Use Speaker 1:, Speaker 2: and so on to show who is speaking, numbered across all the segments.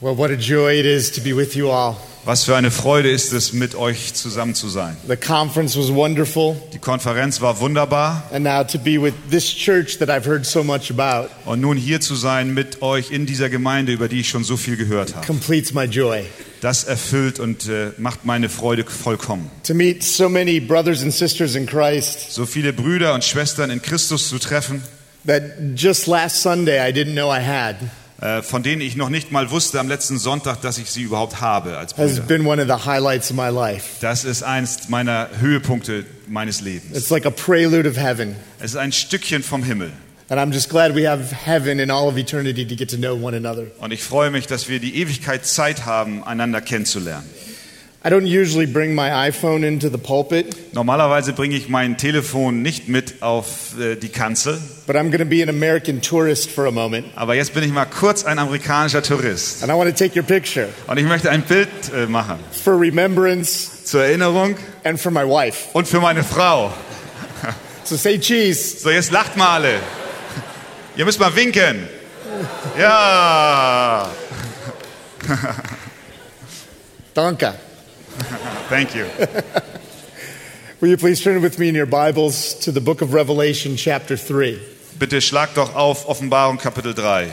Speaker 1: Well, what a joy it is to be with you all.
Speaker 2: Was für eine Freude ist es, mit euch zusammen zu sein.
Speaker 1: The conference was wonderful,
Speaker 2: Die Konferenz war wunderbar
Speaker 1: and now to be with this church that I've heard so much about
Speaker 2: und nun hier zu sein mit euch in dieser Gemeinde, über die ich schon so viel gehört habe,
Speaker 1: completes my joy.
Speaker 2: das erfüllt und äh, macht meine Freude vollkommen.
Speaker 1: To meet so many brothers and sisters in Christ
Speaker 2: So viele Brüder und Schwestern in Christus zu treffen,
Speaker 1: that just last Sunday I didn't know I had
Speaker 2: äh, von denen ich noch nicht mal wusste am letzten Sonntag, dass ich sie überhaupt habe als
Speaker 1: has
Speaker 2: Brüder.
Speaker 1: been one of the highlights of my life.
Speaker 2: Das ist eins meiner Höhepunkte meines Lebens.
Speaker 1: It's like a prelude of heaven.
Speaker 2: Es ist ein Stückchen vom Himmel.
Speaker 1: And I'm just glad we have heaven and all of eternity to get to know one another.
Speaker 2: Und ich freue mich, dass wir die Ewigkeit Zeit haben, einander kennenzulernen.
Speaker 1: I don't usually bring my iPhone into the pulpit,
Speaker 2: Normalerweise bringe ich mein Telefon nicht mit auf äh, die Kanzel,
Speaker 1: but I'm going to be an American tourist for a moment.
Speaker 2: aber jetzt bin ich mal kurz ein amerikanischer Tourist
Speaker 1: And I want to take your picture
Speaker 2: und ich möchte ein Bild äh, machen
Speaker 1: for remembrance
Speaker 2: zur Erinnerung
Speaker 1: and for my wife.
Speaker 2: und für meine Frau.
Speaker 1: So say cheese.
Speaker 2: So, jetzt lacht mal alle. Ihr müsst mal winken. Ja,
Speaker 1: Danke.
Speaker 2: thank you.
Speaker 1: Will you please turn with me in your Bibles to the book of Revelation, chapter 3.
Speaker 2: Bitte schlag doch auf Offenbarung Kapitel 3.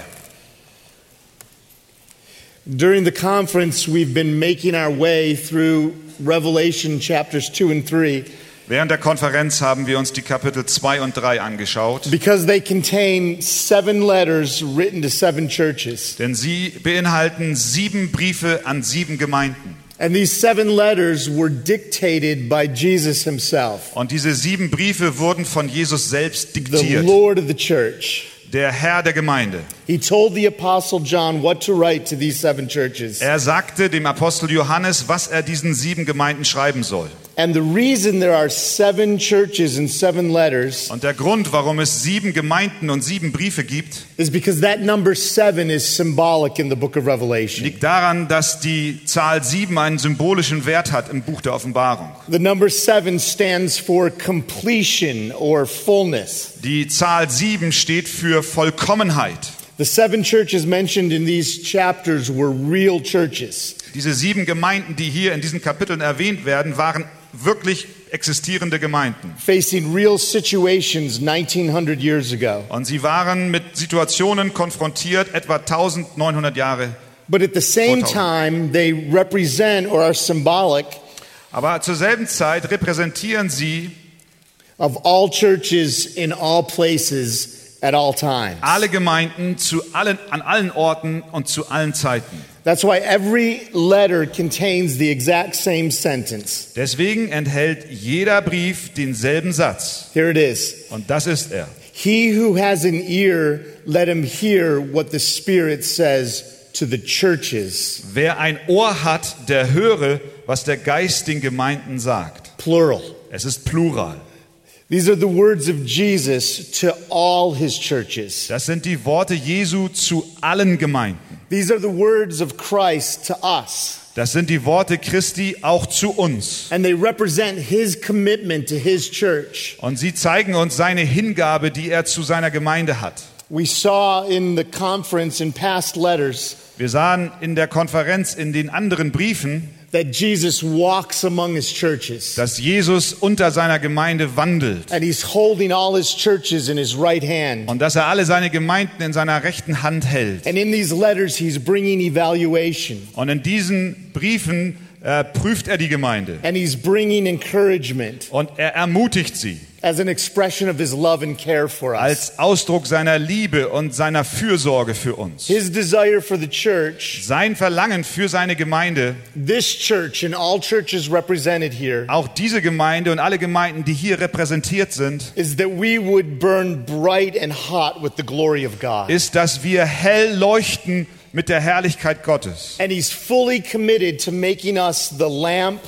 Speaker 1: During the conference, we've been making our way through Revelation chapters 2 and 3
Speaker 2: Während der Konferenz haben wir uns die Kapitel 2 und 3 angeschaut,
Speaker 1: because they contain seven letters written to seven churches.
Speaker 2: denn sie beinhalten sieben Briefe an sieben Gemeinden.
Speaker 1: And these seven letters were dictated by Jesus himself,
Speaker 2: Und diese sieben Briefe wurden von Jesus selbst
Speaker 1: the
Speaker 2: diktiert,
Speaker 1: Lord of the church.
Speaker 2: der Herr der Gemeinde.
Speaker 1: He told the Apostle John what to write to these seven churches.
Speaker 2: Er sagte dem Apostel Johannes, was er diesen sieben Gemeinden schreiben soll.
Speaker 1: And the reason there are seven churches and seven letters
Speaker 2: Und der Grund, warum es sieben Gemeinden und sieben Briefe gibt,
Speaker 1: is because that number seven is symbolic in the book of Revelation.
Speaker 2: liegt daran, dass die Zahl sieben einen symbolischen Wert hat im Buch der Offenbarung.
Speaker 1: The number seven stands for completion or fullness.
Speaker 2: Die Zahl sieben steht für Vollkommenheit.
Speaker 1: The seven churches mentioned in these chapters were real churches.
Speaker 2: Diese sieben Gemeinden, die hier in diesen Kapiteln erwähnt werden, waren wirklich existierende Gemeinden.
Speaker 1: Facing real situations 1900 years ago.
Speaker 2: Und sie waren mit Situationen konfrontiert, etwa 1900 Jahre.
Speaker 1: But at the same
Speaker 2: 4000.
Speaker 1: time, they represent or are symbolic
Speaker 2: Aber zur selben Zeit repräsentieren sie
Speaker 1: of all churches in all places at all times.
Speaker 2: alle Gemeinden zu allen, an allen Orten und zu allen Zeiten.
Speaker 1: That's why every letter contains the exact same sentence.
Speaker 2: Deswegen enthält jeder Brief denselben Satz.
Speaker 1: Here it is
Speaker 2: Und das ist er.
Speaker 1: He who has an ear, let him hear what the Spirit says to the churches.
Speaker 2: Wer ein Ohr hat, der höre, was der Geist den Gemeinden sagt.
Speaker 1: Plural.
Speaker 2: Es ist Plural.
Speaker 1: These are the words of Jesus to all his churches.
Speaker 2: Das sind die Worte Jesu zu allen Gemeinden.
Speaker 1: These are the words of Christ to us.
Speaker 2: Das sind die Worte Christi auch zu uns.
Speaker 1: And they represent his commitment to his church.
Speaker 2: Und sie zeigen uns seine Hingabe, die er zu seiner Gemeinde hat.
Speaker 1: We saw in the conference in past letters
Speaker 2: Wir sahen in der Konferenz in den anderen Briefen,
Speaker 1: that Jesus walks among his churches.
Speaker 2: dass Jesus unter seiner Gemeinde wandelt
Speaker 1: And he's holding all his churches in his right hand.
Speaker 2: und dass er alle seine Gemeinden in seiner rechten Hand hält.
Speaker 1: And in these letters, he's bringing evaluation
Speaker 2: Und in diesen Briefen äh, prüft er die Gemeinde
Speaker 1: and he's bringing encouragement
Speaker 2: und er ermutigt sie
Speaker 1: as an expression of his love and care for us.
Speaker 2: als Ausdruck seiner Liebe und seiner Fürsorge für uns.
Speaker 1: His desire for the church,
Speaker 2: Sein Verlangen für seine Gemeinde,
Speaker 1: this church and all churches represented here,
Speaker 2: auch diese Gemeinde und alle Gemeinden, die hier repräsentiert sind,
Speaker 1: is that we would burn bright and hot with the glory of God.
Speaker 2: ist, dass wir hell leuchten mit der Herrlichkeit Gottes.
Speaker 1: And he's fully committed to making us the lamp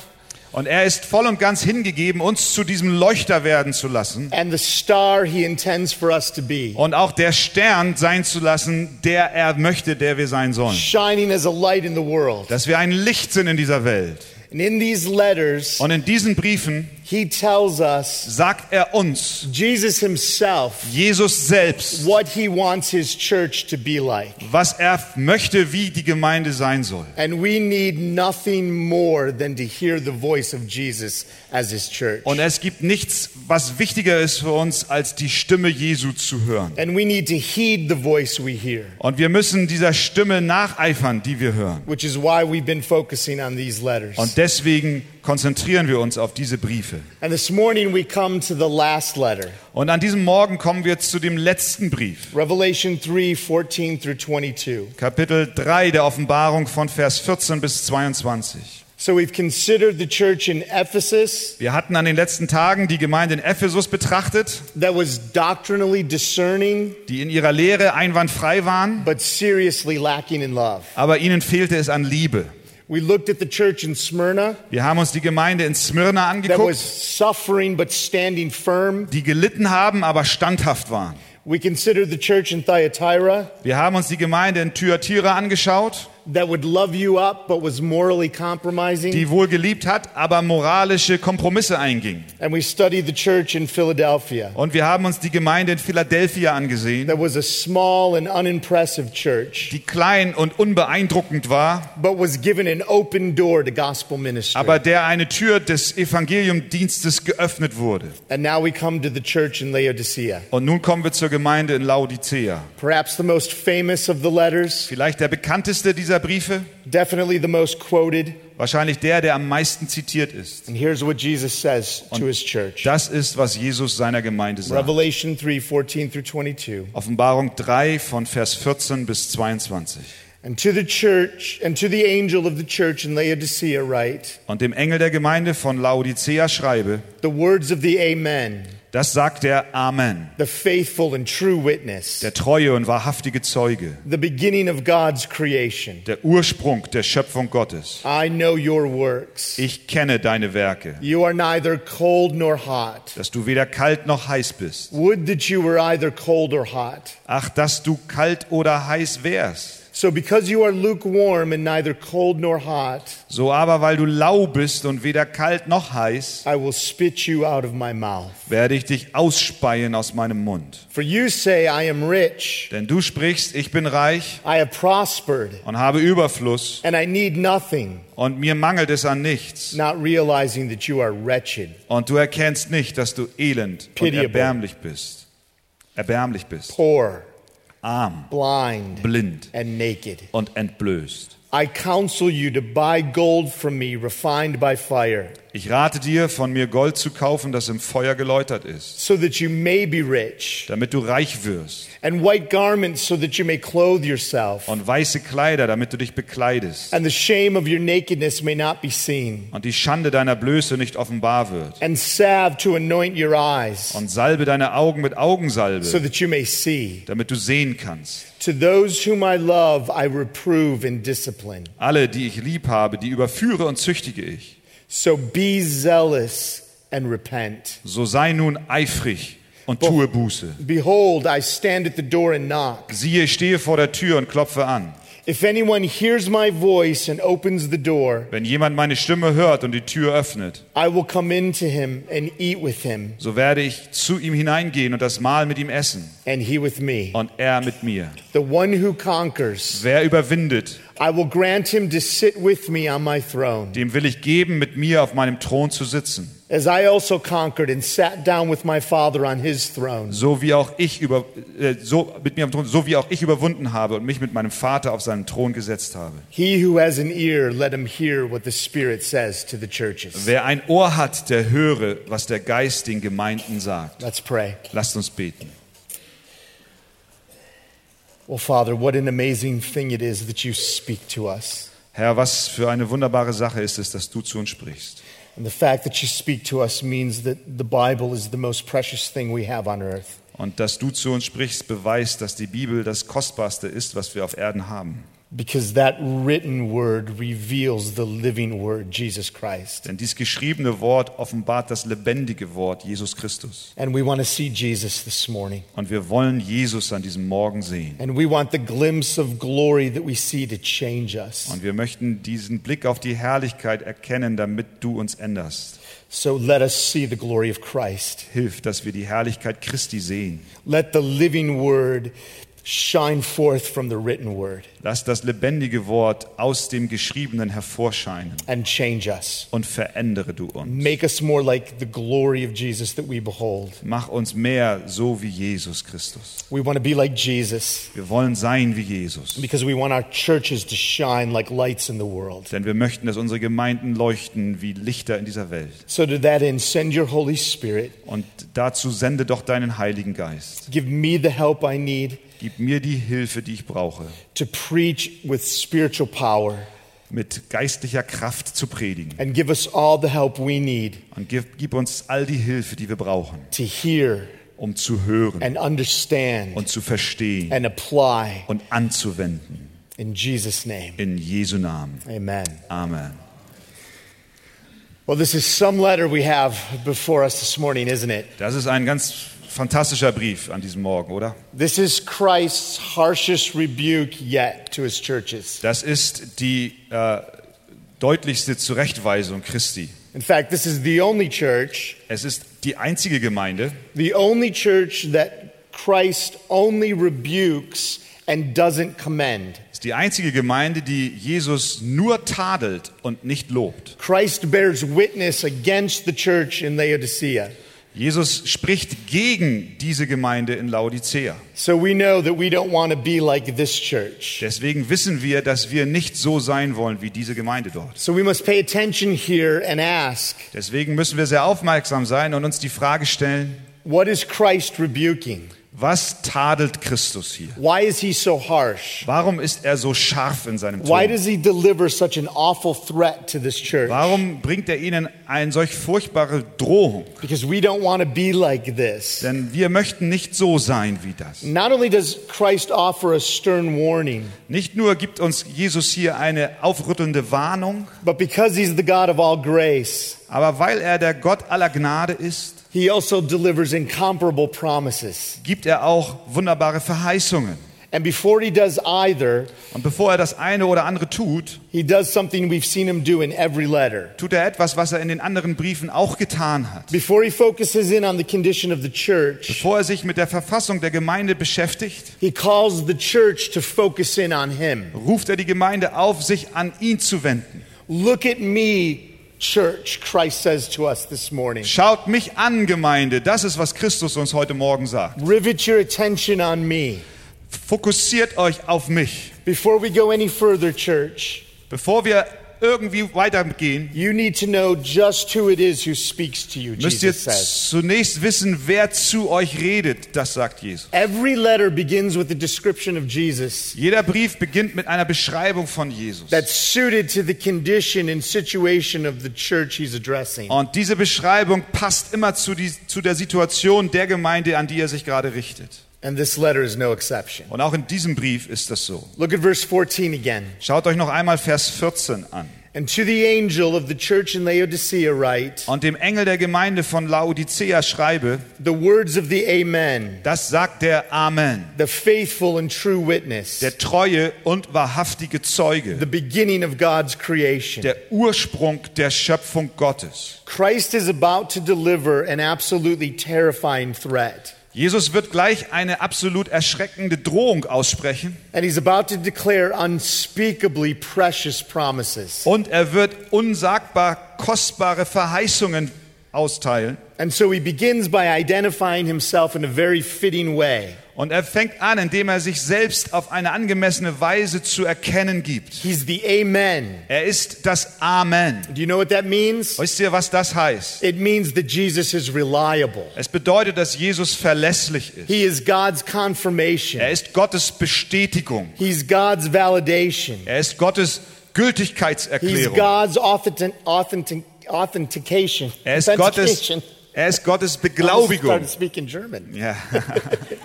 Speaker 2: Und er ist voll und ganz hingegeben, uns zu diesem Leuchter werden zu lassen
Speaker 1: and the star he intends for us to be,
Speaker 2: und auch der Stern sein zu lassen, der er möchte, der wir sein sollen.
Speaker 1: shining as a light in the world.
Speaker 2: Dass wir ein Licht sind in dieser Welt.
Speaker 1: And in these letters,
Speaker 2: Und in diesen Briefen
Speaker 1: he tells us,
Speaker 2: sagt er uns,
Speaker 1: Jesus himself,
Speaker 2: Jesus selbst,
Speaker 1: what he wants his church to be like.
Speaker 2: was er möchte, wie die Gemeinde sein soll.
Speaker 1: And we need nothing more than to hear the voice of Jesus as his church.
Speaker 2: Und es gibt nichts, was wichtiger ist für uns, als die Stimme Jesu zu hören.
Speaker 1: And we need to heed the voice we hear,
Speaker 2: Und wir müssen dieser Stimme nacheifern, die wir hören.
Speaker 1: which is why we've been focusing on these letters.
Speaker 2: Und deswegen konzentrieren wir uns auf diese Briefe.
Speaker 1: And this morning we come to the last letter,
Speaker 2: Und an diesem Morgen kommen wir zu dem letzten Brief,
Speaker 1: Revelation 3 14 through 22.
Speaker 2: Kapitel 3 der Offenbarung von Vers 14 bis 22.
Speaker 1: So we've considered the church in Ephesus
Speaker 2: Wir hatten an den letzten Tagen die Gemeinde in Ephesus betrachtet,
Speaker 1: that was doctrinally discerning,
Speaker 2: die in ihrer Lehre einwandfrei waren,
Speaker 1: but seriously lacking in love.
Speaker 2: aber ihnen fehlte es an Liebe.
Speaker 1: We looked at the church in Smyrna
Speaker 2: Wir haben uns die Gemeinde in Smyrna
Speaker 1: that was
Speaker 2: angeguckt,
Speaker 1: suffering but standing firm.
Speaker 2: die gelitten haben, aber standhaft waren.
Speaker 1: We considered the church in Thyatira
Speaker 2: Wir haben uns die Gemeinde in Thyatira angeschaut,
Speaker 1: that would love you up but was morally compromising.
Speaker 2: die wohl geliebt hat, aber moralische Kompromisse einging.
Speaker 1: And we studied the church in Philadelphia
Speaker 2: Und wir haben uns die Gemeinde in Philadelphia angesehen,
Speaker 1: that was a small and unimpressive church,
Speaker 2: die klein und unbeeindruckend war,
Speaker 1: but was given an open door to gospel ministry.
Speaker 2: aber der eine Tür des Evangeliumdienstes geöffnet wurde.
Speaker 1: And now we come to the church in Laodicea,
Speaker 2: Und nun kommen wir zur Gemeinde in Laodicea.
Speaker 1: perhaps the most famous of the letters,
Speaker 2: Vielleicht der bekannteste dieser Briefe,
Speaker 1: definitely the most quoted.
Speaker 2: wahrscheinlich der, der am meisten zitiert ist.
Speaker 1: And here's what Jesus says to his church.
Speaker 2: Das ist, was Jesus seiner Gemeinde sagt.
Speaker 1: Revelation 3 14 through 22.
Speaker 2: Offenbarung 3 von Vers 14 bis 22.
Speaker 1: And to the church, and to the angel of the church in Laodicea, write
Speaker 2: Und dem Engel der Gemeinde von Laodicea schreibe,
Speaker 1: the words of the Amen,
Speaker 2: das sagt der Amen,
Speaker 1: the faithful and true witness,
Speaker 2: der treue und wahrhaftige Zeuge,
Speaker 1: the beginning of God's creation.
Speaker 2: der Ursprung der Schöpfung Gottes.
Speaker 1: I know your works.
Speaker 2: Ich kenne deine Werke,
Speaker 1: You are neither cold nor hot.
Speaker 2: dass du weder kalt noch heiß bist.
Speaker 1: Would that you were either cold or hot.
Speaker 2: Ach, dass du kalt oder heiß wärst.
Speaker 1: So, because you are lukewarm and neither cold nor hot,
Speaker 2: So aber, weil du lau bist und weder kalt noch heiß,
Speaker 1: I will spit you out of my mouth.
Speaker 2: werde ich dich ausspeien aus meinem Mund.
Speaker 1: For you say, I am rich,
Speaker 2: Denn du sprichst, ich bin reich
Speaker 1: I have prospered,
Speaker 2: und habe Überfluss
Speaker 1: and I need nothing,
Speaker 2: und mir mangelt es an nichts.
Speaker 1: not realizing that you are wretched,
Speaker 2: Und du erkennst nicht, dass du elend und
Speaker 1: Pitiable.
Speaker 2: erbärmlich bist. Erbärmlich bist.
Speaker 1: poor,
Speaker 2: Arm,
Speaker 1: blind,
Speaker 2: blind
Speaker 1: and naked.
Speaker 2: und entblößt.
Speaker 1: I counsel you to buy gold from me, refined by fire,
Speaker 2: Ich rate dir, von mir Gold zu kaufen, das im Feuer geläutert ist,
Speaker 1: so that you may be rich.
Speaker 2: damit du reich wirst,
Speaker 1: and white garments so that you may clothe yourself,
Speaker 2: und weiße Kleider, damit du dich bekleidest,
Speaker 1: and the shame of your nakedness may not be seen,
Speaker 2: und die Schande deiner Blöße nicht offenbar wird,
Speaker 1: and salve to anoint your eyes
Speaker 2: und salbe deine Augen mit
Speaker 1: so
Speaker 2: Augensalbe,
Speaker 1: that you may see.
Speaker 2: damit du sehen kannst.
Speaker 1: To those whom I love, I reprove and discipline.
Speaker 2: Alle, die ich lieb habe, die überführe und züchtige ich.
Speaker 1: So be zealous and repent.
Speaker 2: So sei nun eifrig und tue Buße.
Speaker 1: Behold, I stand at the door and knock.
Speaker 2: Siehe, ich stehe vor der Tür und klopfe an.
Speaker 1: If anyone hears my voice and opens the door,
Speaker 2: Wenn jemand meine Stimme hört und die Tür öffnet,
Speaker 1: I will come in to him and eat with him,
Speaker 2: so werde ich zu ihm hineingehen und das Mahl mit ihm essen
Speaker 1: and he with me.
Speaker 2: und er mit mir.
Speaker 1: The one who conquers,
Speaker 2: Wer überwindet,
Speaker 1: I will grant him to sit with me on my throne.
Speaker 2: dem will ich geben, mit mir auf meinem Thron zu sitzen,
Speaker 1: As I also conquered and sat down with my Father on his throne.
Speaker 2: so wie auch ich über, äh, so mit mir auf dem Thron, so wie auch ich überwunden habe und mich mit meinem Vater auf seinen Thron gesetzt habe.
Speaker 1: He who has an ear, let him hear what the Spirit says to the churches.
Speaker 2: Wer ein Ohr hat, der höre, was der Geist den Gemeinden sagt.
Speaker 1: Let's pray.
Speaker 2: Lasst uns beten.
Speaker 1: Well, Father, what an amazing thing it is that you speak to us.
Speaker 2: Herr, was für eine wunderbare Sache ist es, dass du zu uns sprichst.
Speaker 1: And the fact that you speak to us means that the Bible is the most precious thing we have on earth.
Speaker 2: Und dass du zu uns sprichst, beweist, dass die Bibel das Kostbarste ist, was wir auf Erden haben.
Speaker 1: because that written word reveals the living word, Jesus Christ.
Speaker 2: Denn dies geschriebene Wort offenbart das lebendige Wort, Jesus Christus.
Speaker 1: And we want to see Jesus this morning.
Speaker 2: Und wir wollen Jesus an diesem Morgen sehen.
Speaker 1: And we want the glimpse of glory that we see to change us.
Speaker 2: Und wir möchten diesen Blick auf die Herrlichkeit erkennen, damit du uns änderst.
Speaker 1: So let us see the glory of Christ.
Speaker 2: Hilf, dass wir die Herrlichkeit Christi sehen.
Speaker 1: Let the living word shine forth from the written word
Speaker 2: Lass das lebendige Wort aus dem Geschriebenen hervorscheinen
Speaker 1: and change us.
Speaker 2: und verändere du uns.
Speaker 1: Make us more like the glory of Jesus that we behold.
Speaker 2: Mach uns mehr so wie Jesus Christus.
Speaker 1: We want to be like Jesus
Speaker 2: Wir wollen sein wie Jesus.
Speaker 1: because we want our churches to shine like lights in the world.
Speaker 2: Denn wir möchten, dass unsere Gemeinden leuchten wie Lichter in dieser Welt.
Speaker 1: So, to that end, send your Holy Spirit.
Speaker 2: Und dazu sende doch deinen Heiligen Geist.
Speaker 1: Give me the help I need
Speaker 2: Gib mir die Hilfe, die ich brauche,
Speaker 1: to preach with spiritual power
Speaker 2: mit geistlicher Kraft zu predigen.
Speaker 1: and give us all the help we need
Speaker 2: Und gib, gib uns all die Hilfe, die wir brauchen,
Speaker 1: to hear
Speaker 2: um zu hören
Speaker 1: and understand
Speaker 2: und zu verstehen
Speaker 1: and apply
Speaker 2: und anzuwenden.
Speaker 1: in Jesus' name.
Speaker 2: In Jesu Namen.
Speaker 1: Amen.
Speaker 2: Amen.
Speaker 1: Well, this is some letter we have before us this morning, isn't it?
Speaker 2: Das ist ein ganz fantastischer Brief an diesem Morgen, oder?
Speaker 1: This is Christ's harshest rebuke yet to his churches.
Speaker 2: Das ist die äh, deutlichste Zurechtweisung Christi.
Speaker 1: In fact, this is the only church
Speaker 2: Es ist die einzige Gemeinde,
Speaker 1: The only church that Christ only rebukes und doesn't commend.
Speaker 2: es ist die einzige Gemeinde, die Jesus nur tadelt und nicht lobt.
Speaker 1: Christ bears witness against the church in Laodicea.
Speaker 2: Jesus spricht gegen diese Gemeinde in Laodicea.
Speaker 1: So we know that we don't want to be like this church.
Speaker 2: Deswegen wissen wir, dass wir nicht so sein wollen wie diese Gemeinde dort.
Speaker 1: So we must pay attention here and ask,
Speaker 2: Deswegen müssen wir sehr aufmerksam sein und uns die Frage stellen,
Speaker 1: what is Christ rebuking?
Speaker 2: was tadelt Christus hier?
Speaker 1: Why is he so harsh?
Speaker 2: Warum ist er so scharf in seinem
Speaker 1: Why
Speaker 2: Ton?
Speaker 1: does he deliver such an awful threat to this church?
Speaker 2: Warum bringt er ihnen eine solch furchtbare Drohung?
Speaker 1: Because we don't want to be like this.
Speaker 2: Denn wir möchten nicht so sein wie das.
Speaker 1: Not only does Christ offer a stern warning,
Speaker 2: Nicht nur gibt uns Jesus hier eine aufrüttelnde Warnung,
Speaker 1: but because he's the God of all grace,
Speaker 2: aber weil er der Gott aller Gnade ist,
Speaker 1: He also delivers incomparable promises.
Speaker 2: gibt er auch wunderbare Verheißungen.
Speaker 1: And before he does either,
Speaker 2: Und bevor er das eine oder andere tut,
Speaker 1: he does something we've seen him do in every letter.
Speaker 2: tut er etwas, was er in den anderen Briefen auch getan hat.
Speaker 1: Before he focuses in on the condition of the church,
Speaker 2: Bevor er sich mit der Verfassung der Gemeinde beschäftigt,
Speaker 1: he calls the church to focus in on him.
Speaker 2: ruft er die Gemeinde auf, sich an ihn zu wenden.
Speaker 1: Look at me, church, Christ says to us this morning.
Speaker 2: Schaut mich an, Gemeinde. Das ist, was Christus uns heute Morgen sagt.
Speaker 1: Rivet your attention on me.
Speaker 2: Fokussiert euch auf mich.
Speaker 1: Before we go any further, church,
Speaker 2: Bevor wir irgendwie weitergehen,
Speaker 1: you need to know just who it is who speaks to you,
Speaker 2: müsst ihr
Speaker 1: Jesus says.
Speaker 2: zunächst wissen, wer zu euch redet. Das sagt Jesus.
Speaker 1: Every letter begins with a description of Jesus.
Speaker 2: Jeder Brief beginnt mit einer Beschreibung von Jesus.
Speaker 1: that's suited to the condition and situation of the church he's addressing.
Speaker 2: Und diese Beschreibung passt immer zu, die, zu der Situation der Gemeinde, an die er sich gerade richtet.
Speaker 1: And this letter is no exception.
Speaker 2: Und auch in diesem Brief ist das so.
Speaker 1: Look at verse 14 again.
Speaker 2: Schaut euch noch einmal Vers 14 an.
Speaker 1: And to the angel of the church in Laodicea write,
Speaker 2: Und dem Engel der Gemeinde von Laodicea schreibe,
Speaker 1: the words of the Amen,
Speaker 2: das sagt der Amen,
Speaker 1: the faithful and true witness,
Speaker 2: der treue und wahrhaftige Zeuge,
Speaker 1: the beginning of God's creation.
Speaker 2: der Ursprung der Schöpfung Gottes.
Speaker 1: Christ is about to deliver an absolutely terrifying threat.
Speaker 2: Jesus wird gleich eine absolut erschreckende Drohung aussprechen
Speaker 1: And he's about to declare unspeakably precious promises.
Speaker 2: und er wird unsagbar kostbare Verheißungen austeilen.
Speaker 1: And so he begins by identifying himself in a very fitting way.
Speaker 2: Und er fängt an, indem er sich selbst auf eine angemessene Weise zu erkennen gibt.
Speaker 1: He's the Amen.
Speaker 2: Er ist das Amen.
Speaker 1: Do you know what that means?
Speaker 2: Wisst ihr, was das heißt?
Speaker 1: It means that Jesus is reliable.
Speaker 2: Es bedeutet, dass Jesus verlässlich ist.
Speaker 1: He is God's
Speaker 2: Er
Speaker 1: confirmation.
Speaker 2: ist Gottes Bestätigung.
Speaker 1: He's God's validation.
Speaker 2: Er ist Gottes
Speaker 1: He's
Speaker 2: Gültigkeitserklärung.
Speaker 1: God's authentic, authentic, authentication.
Speaker 2: Er ist Gottes,
Speaker 1: Authentication.
Speaker 2: er ist Gottes
Speaker 1: I almost started
Speaker 2: Beglaubigung.
Speaker 1: speaking German.
Speaker 2: Ja.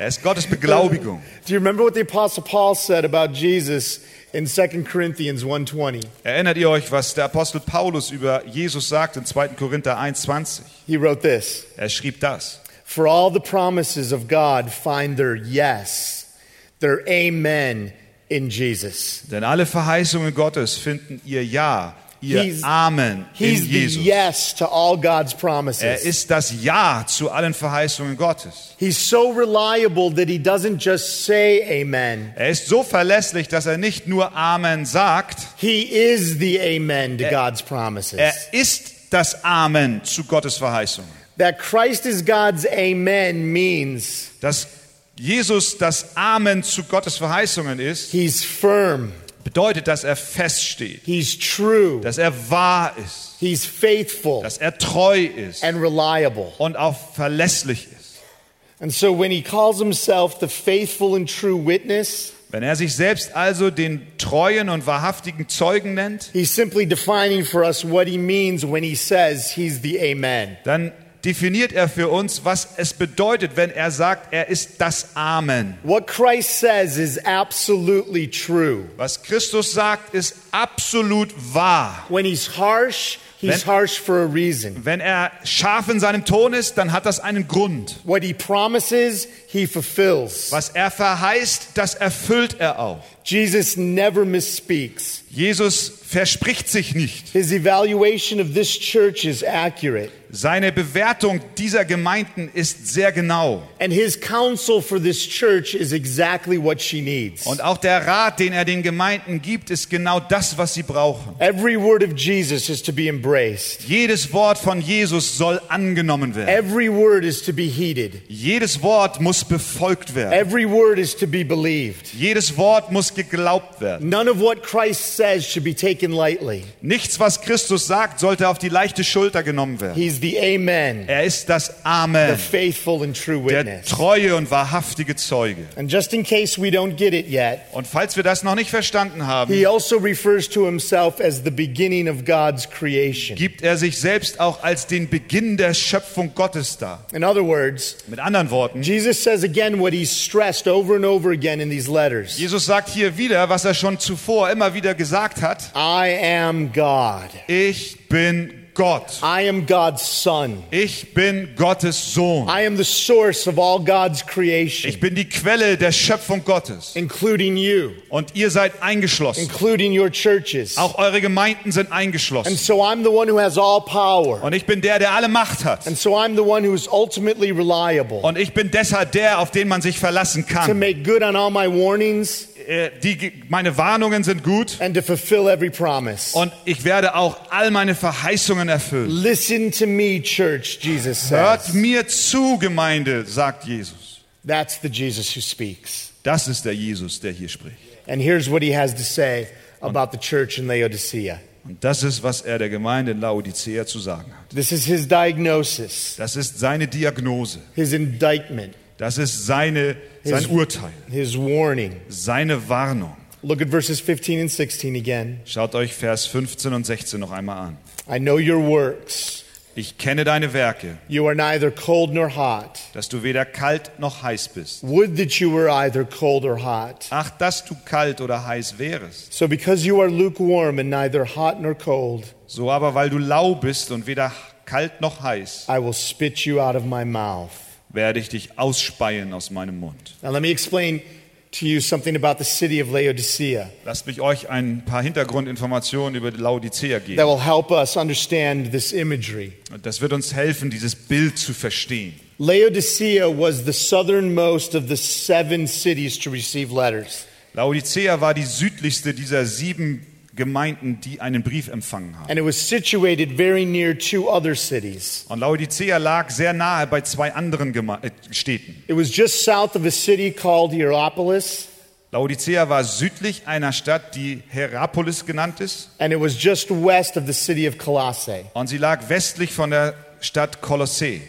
Speaker 2: Er ist Gottes Beglaubigung.
Speaker 1: Do you remember what the apostle Paul said about Jesus in 2 Corinthians 1:20?
Speaker 2: Erinnert ihr euch, was der Apostel Paulus über Jesus sagt in 2. Korinther 1,20?
Speaker 1: He wrote this,
Speaker 2: Er schrieb das.
Speaker 1: "For all the promises of God find their yes, their amen in Jesus."
Speaker 2: Denn alle Verheißungen Gottes finden ihr Ja, ihr
Speaker 1: He's-
Speaker 2: Amen in
Speaker 1: He's the
Speaker 2: Jesus.
Speaker 1: yes to all God's
Speaker 2: Er
Speaker 1: promises.
Speaker 2: ist das Ja zu allen Verheißungen Gottes.
Speaker 1: He's so reliable that he doesn't just say amen.
Speaker 2: Er ist so verlässlich, dass er nicht nur Amen sagt,
Speaker 1: He is the amen to God's promises.
Speaker 2: er ist das Amen zu Gottes Verheißungen.
Speaker 1: that Christ is God's amen means
Speaker 2: Dass Jesus das Amen zu Gottes Verheißungen ist,
Speaker 1: he's firm,
Speaker 2: bedeutet, dass er feststeht,
Speaker 1: he's true,
Speaker 2: dass er wahr ist,
Speaker 1: he's faithful
Speaker 2: dass er treu ist
Speaker 1: and reliable.
Speaker 2: und auch verlässlich ist.
Speaker 1: And so when he calls himself the faithful and true witness,
Speaker 2: Wenn er sich selbst also den treuen und wahrhaftigen Zeugen nennt,
Speaker 1: he's simply defining for us what he means when he says he's the amen.
Speaker 2: dann definiert er für uns, was es bedeutet, wenn er sagt, er ist das Amen.
Speaker 1: What Christ says is absolutely true.
Speaker 2: Was Christus sagt, ist absolut wahr.
Speaker 1: When he's harsh, he's
Speaker 2: Wenn-
Speaker 1: harsh for a reason.
Speaker 2: Wenn er scharf in seinem Ton ist, dann hat das einen Grund.
Speaker 1: What he promises, he fulfills.
Speaker 2: Was er verheißt, das erfüllt er auch.
Speaker 1: Jesus never misspeaks.
Speaker 2: Jesus verspricht sich nicht.
Speaker 1: His evaluation of this church is accurate,
Speaker 2: Seine Bewertung dieser Gemeinden ist sehr genau.
Speaker 1: and his counsel for this church is exactly what she needs.
Speaker 2: Und auch der Rat, den er den Gemeinden gibt, ist genau das, was sie brauchen.
Speaker 1: Every word of Jesus is to be embraced.
Speaker 2: Jedes Wort von Jesus soll angenommen werden.
Speaker 1: Every word is to be heeded.
Speaker 2: Jedes Wort muss befolgt werden.
Speaker 1: Every word is to be believed.
Speaker 2: Jedes Wort muss geglaubt werden.
Speaker 1: None of what Christ says should be taken lightly.
Speaker 2: Nichts, was Christus sagt, sollte auf die leichte Schulter genommen werden.
Speaker 1: He's the Amen,
Speaker 2: Er ist das
Speaker 1: the
Speaker 2: Amen,
Speaker 1: faithful and true
Speaker 2: der
Speaker 1: witness.
Speaker 2: treue und wahrhaftige Zeuge.
Speaker 1: And just in case we don't get it yet,
Speaker 2: Und falls wir das noch nicht verstanden haben,
Speaker 1: he also refers to himself as the beginning of God's creation.
Speaker 2: gibt er sich selbst auch als den Beginn der Schöpfung Gottes dar.
Speaker 1: In other words,
Speaker 2: Mit anderen Worten,
Speaker 1: Jesus says again what he's stressed over and over again in these letters
Speaker 2: Jesus sagt hier wieder, was er schon zuvor immer wieder gesagt hat.
Speaker 1: I am God.
Speaker 2: Ich bin Gott.
Speaker 1: I am God's Son.
Speaker 2: Ich bin Gottes Sohn.
Speaker 1: I am the source of all God's
Speaker 2: Ich
Speaker 1: creation,
Speaker 2: bin die Quelle der Schöpfung Gottes.
Speaker 1: including you,
Speaker 2: Und ihr seid eingeschlossen.
Speaker 1: including your churches.
Speaker 2: Auch eure Gemeinden sind
Speaker 1: And
Speaker 2: eingeschlossen.
Speaker 1: so I'm the one who has all power.
Speaker 2: Und ich bin der, der alle Macht hat.
Speaker 1: And so I'm the one who is ultimately reliable
Speaker 2: Und ich bin deshalb der, auf den man sich verlassen
Speaker 1: to
Speaker 2: kann.
Speaker 1: make good on all my warnings
Speaker 2: Äh, Die, meine Warnungen sind gut
Speaker 1: and to fulfill every promise.
Speaker 2: und ich werde auch all meine Verheißungen erfüllen.
Speaker 1: Listen to me, church, Jesus
Speaker 2: Hört
Speaker 1: says.
Speaker 2: mir zu, Gemeinde, sagt Jesus.
Speaker 1: That's the Jesus who speaks.
Speaker 2: Das ist der Jesus, der hier spricht.
Speaker 1: And here's what he has to say about the church in Laodicea.
Speaker 2: Und das ist, was er der Gemeinde in Laodicea zu sagen hat.
Speaker 1: This is his diagnosis,
Speaker 2: Das ist seine Diagnose.
Speaker 1: his indictment,
Speaker 2: Das ist seine, sein Urteil,
Speaker 1: his warning.
Speaker 2: seine Warnung.
Speaker 1: Look at verses 15 and 16 again.
Speaker 2: Schaut euch Vers 15 und 16 noch einmal an.
Speaker 1: I know your works.
Speaker 2: Ich kenne deine Werke,
Speaker 1: You are neither cold nor hot.
Speaker 2: dass du weder kalt noch heiß bist.
Speaker 1: Would that you were either cold or hot.
Speaker 2: Ach, dass du kalt oder heiß wärest.
Speaker 1: So because you are lukewarm and neither hot nor cold,
Speaker 2: So aber, weil du lau bist und weder kalt noch heiß,
Speaker 1: I will spit you out of my mouth.
Speaker 2: werde ich dich ausspeien aus meinem Mund.
Speaker 1: Now let me explain to you something about the city of Laodicea
Speaker 2: Lasst mich euch ein paar Hintergrundinformationen über die Laodicea
Speaker 1: that
Speaker 2: geben.
Speaker 1: will help us understand this imagery.
Speaker 2: Und das wird uns helfen, dieses Bild zu verstehen.
Speaker 1: Laodicea was the southernmost of the seven cities to receive letters.
Speaker 2: Laodicea war die südlichste dieser sieben Gemeinden, die einen Brief empfangen haben.
Speaker 1: and it was situated very near two other cities.
Speaker 2: Und Laodicea lag sehr nahe bei zwei anderen Geme äh, Städten.
Speaker 1: It was just south of a city called Hierapolis,
Speaker 2: Laodicea war südlich einer Stadt, die Herapolis genannt ist.
Speaker 1: and it was just west of the city of Colossae.
Speaker 2: Und sie lag westlich von der Stadt Kolossee.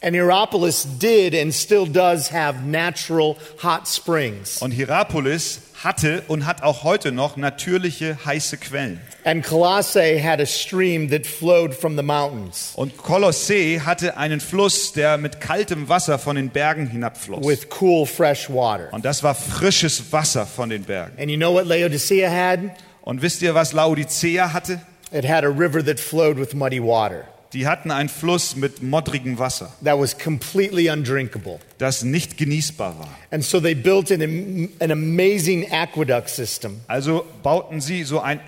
Speaker 1: And Hierapolis did and still does have natural hot springs.
Speaker 2: Und Hierapolis hatte und hat auch heute noch natürliche heiße Quellen.
Speaker 1: And Colossae had a stream that flowed from the mountains
Speaker 2: Und Kolossee hatte einen Fluss, der mit kaltem Wasser von den Bergen hinabfloss.
Speaker 1: with cool, fresh water.
Speaker 2: Und das war frisches Wasser von den Bergen.
Speaker 1: And you know what Laodicea had?
Speaker 2: Und wisst ihr, was Laodicea hatte?
Speaker 1: It had a river that flowed with muddy water
Speaker 2: Die hatten einen Fluss mit modrigem Wasser,
Speaker 1: that was completely undrinkable.
Speaker 2: das nicht genießbar war.
Speaker 1: And so they built an, am- an amazing aqueduct system
Speaker 2: Also bauten sie so ein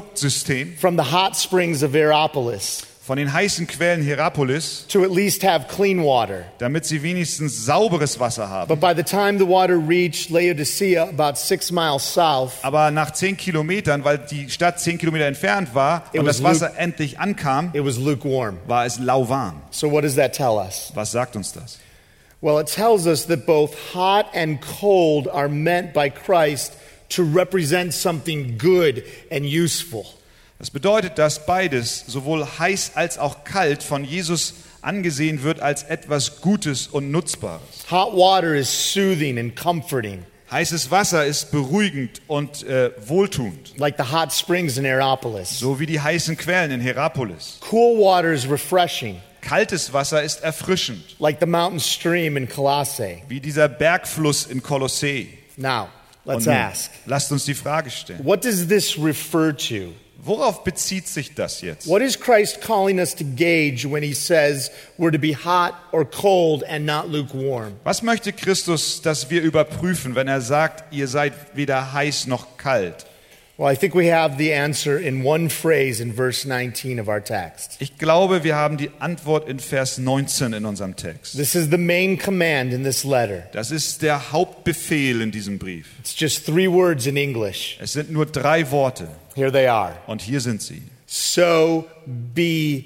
Speaker 2: Aquäduktsystem
Speaker 1: from the hot springs of Hierapolis
Speaker 2: von den heißen Quellen Hierapolis,
Speaker 1: to at least have clean water.
Speaker 2: damit sie wenigstens sauberes Wasser haben.
Speaker 1: But by the time the water reached Laodicea, about six miles south,
Speaker 2: Aber nach zehn Kilometern, weil die Stadt zehn Kilometer entfernt war
Speaker 1: It
Speaker 2: und
Speaker 1: was
Speaker 2: das Wasser endlich ankam,
Speaker 1: it was lukewarm.
Speaker 2: war es lauwarm.
Speaker 1: So, what does that tell us?
Speaker 2: Was sagt uns das?
Speaker 1: Well, it tells us that both hot and cold are meant by Christ to represent something good and useful.
Speaker 2: Das bedeutet, dass beides, sowohl heiß als auch kalt, von Jesus angesehen wird als etwas Gutes und Nutzbares.
Speaker 1: Hot water is soothing and comforting,
Speaker 2: Heißes Wasser ist beruhigend und äh, wohltuend,
Speaker 1: like the hot springs in Aeropolis.
Speaker 2: so wie die heißen Quellen in Herapolis.
Speaker 1: Cool water is refreshing,
Speaker 2: Kaltes Wasser ist erfrischend,
Speaker 1: like the mountain stream in Colossae.
Speaker 2: wie dieser Bergfluss in Kolossee.
Speaker 1: Now, let's
Speaker 2: nun,
Speaker 1: ask
Speaker 2: lasst uns die Frage stellen.
Speaker 1: what does this refer to?
Speaker 2: Worauf bezieht sich das jetzt?
Speaker 1: What is Christ calling us to gauge when he says we're to be hot or cold and not lukewarm?
Speaker 2: Was möchte Christus, dass wir überprüfen, wenn er sagt, ihr seid weder heiß noch kalt?
Speaker 1: Well, I think we have the answer in one phrase in verse 19 of our text.
Speaker 2: Ich glaube, wir haben die Antwort in Vers 19 in unserem Text.
Speaker 1: This is the main command in this letter.
Speaker 2: Das ist der Hauptbefehl in diesem Brief.
Speaker 1: It's just three words in English.
Speaker 2: Es sind nur drei Worte
Speaker 1: Here they are.
Speaker 2: und hier sind sie.
Speaker 1: So be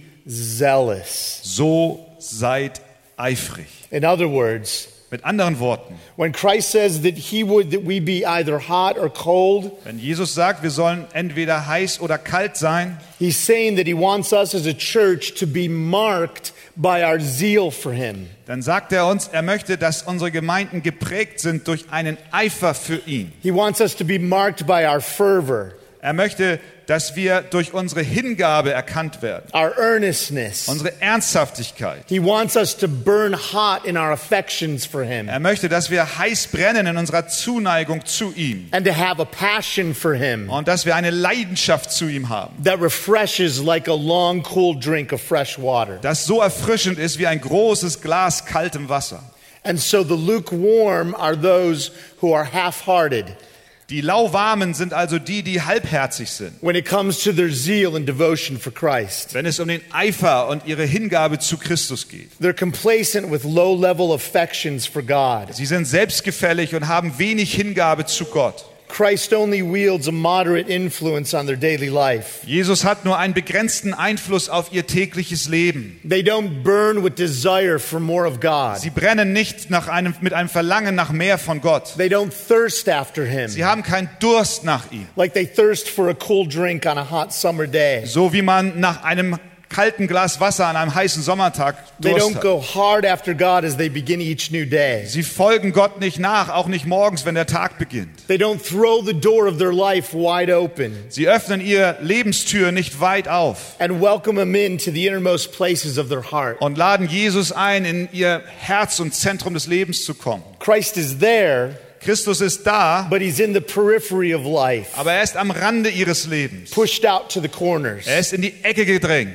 Speaker 1: zealous.
Speaker 2: So seid eifrig.
Speaker 1: In other words,
Speaker 2: Mit anderen Worten,
Speaker 1: when Christ says that he would that we be either hot or cold,
Speaker 2: wenn Jesus sagt, wir sollen entweder heiß oder kalt sein,
Speaker 1: he's saying that he wants us as a church to be marked by our zeal for him.
Speaker 2: dann sagt er uns, er möchte, dass unsere Gemeinden geprägt sind durch einen Eifer für ihn.
Speaker 1: He wants us to be marked by our fervor,
Speaker 2: Er möchte, dass wir durch unsere Hingabe erkannt werden,
Speaker 1: our earnestness.
Speaker 2: unsere Ernsthaftigkeit.
Speaker 1: He wants us to burn hot in our affections for Him
Speaker 2: Er möchte, dass wir heiß brennen in unserer Zuneigung zu ihm
Speaker 1: and to have a passion for Him
Speaker 2: und dass wir eine Leidenschaft zu ihm haben,
Speaker 1: that refreshes like a long, cool drink of fresh water.
Speaker 2: das so erfrischend ist wie ein großes Glas kaltem Wasser.
Speaker 1: And so the lukewarm are those who are half hearted
Speaker 2: Die Lauwarmen sind also die, die halbherzig sind,
Speaker 1: when it comes to their zeal and devotion for Christ.
Speaker 2: wenn es um den Eifer und ihre Hingabe zu Christus geht.
Speaker 1: They're complacent with low level affections for God.
Speaker 2: Sie sind selbstgefällig und haben wenig Hingabe zu Gott.
Speaker 1: Christ only wields a moderate influence on their daily life.
Speaker 2: Jesus hat nur einen begrenzten Einfluss auf ihr tägliches Leben.
Speaker 1: They don't burn with desire for more of God.
Speaker 2: Sie brennen nicht nach einem, mit einem Verlangen nach mehr von Gott.
Speaker 1: They don't thirst after him
Speaker 2: Sie haben keinen Durst nach ihm,
Speaker 1: like they thirst for a cool drink on a hot summer day.
Speaker 2: so wie man nach einem kalten Glas Wasser an einem heißen Sommertag
Speaker 1: They
Speaker 2: Durst
Speaker 1: don't
Speaker 2: hat.
Speaker 1: go hard after God as they begin each new day.
Speaker 2: Sie folgen Gott nicht nach, auch nicht morgens, wenn der Tag beginnt.
Speaker 1: They don't throw the door of their life wide open
Speaker 2: Sie öffnen ihr Lebenstür nicht weit auf
Speaker 1: and welcome him into the innermost places of their heart.
Speaker 2: und laden Jesus ein, in ihr Herz und Zentrum des Lebens zu kommen.
Speaker 1: Christ is there,
Speaker 2: Christus ist da,
Speaker 1: but he's in the periphery of life,
Speaker 2: aber er ist am Rande ihres Lebens.
Speaker 1: pushed out to the corners.
Speaker 2: Er ist in die Ecke gedrängt.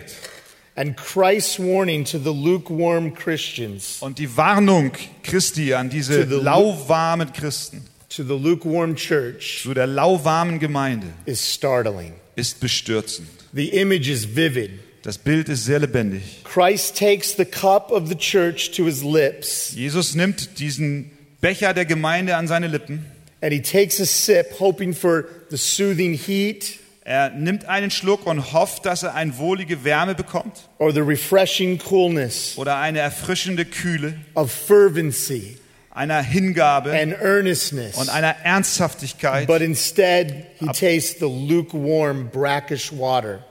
Speaker 1: And Christ's warning to the lukewarm Christians,
Speaker 2: Und die Warnung Christi an diese
Speaker 1: To the-
Speaker 2: lauwarmen Christen.
Speaker 1: to the lukewarm church,
Speaker 2: zu der lauwarmen Gemeinde
Speaker 1: is startling.
Speaker 2: ist bestürzend.
Speaker 1: The image is vivid.
Speaker 2: Das Bild ist sehr lebendig.
Speaker 1: Christ takes the cup of the church to his lips,
Speaker 2: Jesus nimmt diesen Becher der Gemeinde an seine Lippen.
Speaker 1: and he takes a sip, hoping for the soothing heat
Speaker 2: Er nimmt einen Schluck und hofft, dass er eine wohlige Wärme bekommt
Speaker 1: or the refreshing coolness
Speaker 2: oder eine erfrischende Kühle,
Speaker 1: of fervency
Speaker 2: einer Hingabe
Speaker 1: and earnestness.
Speaker 2: und einer Ernsthaftigkeit.
Speaker 1: But instead, he tastes the lukewarm, brackish water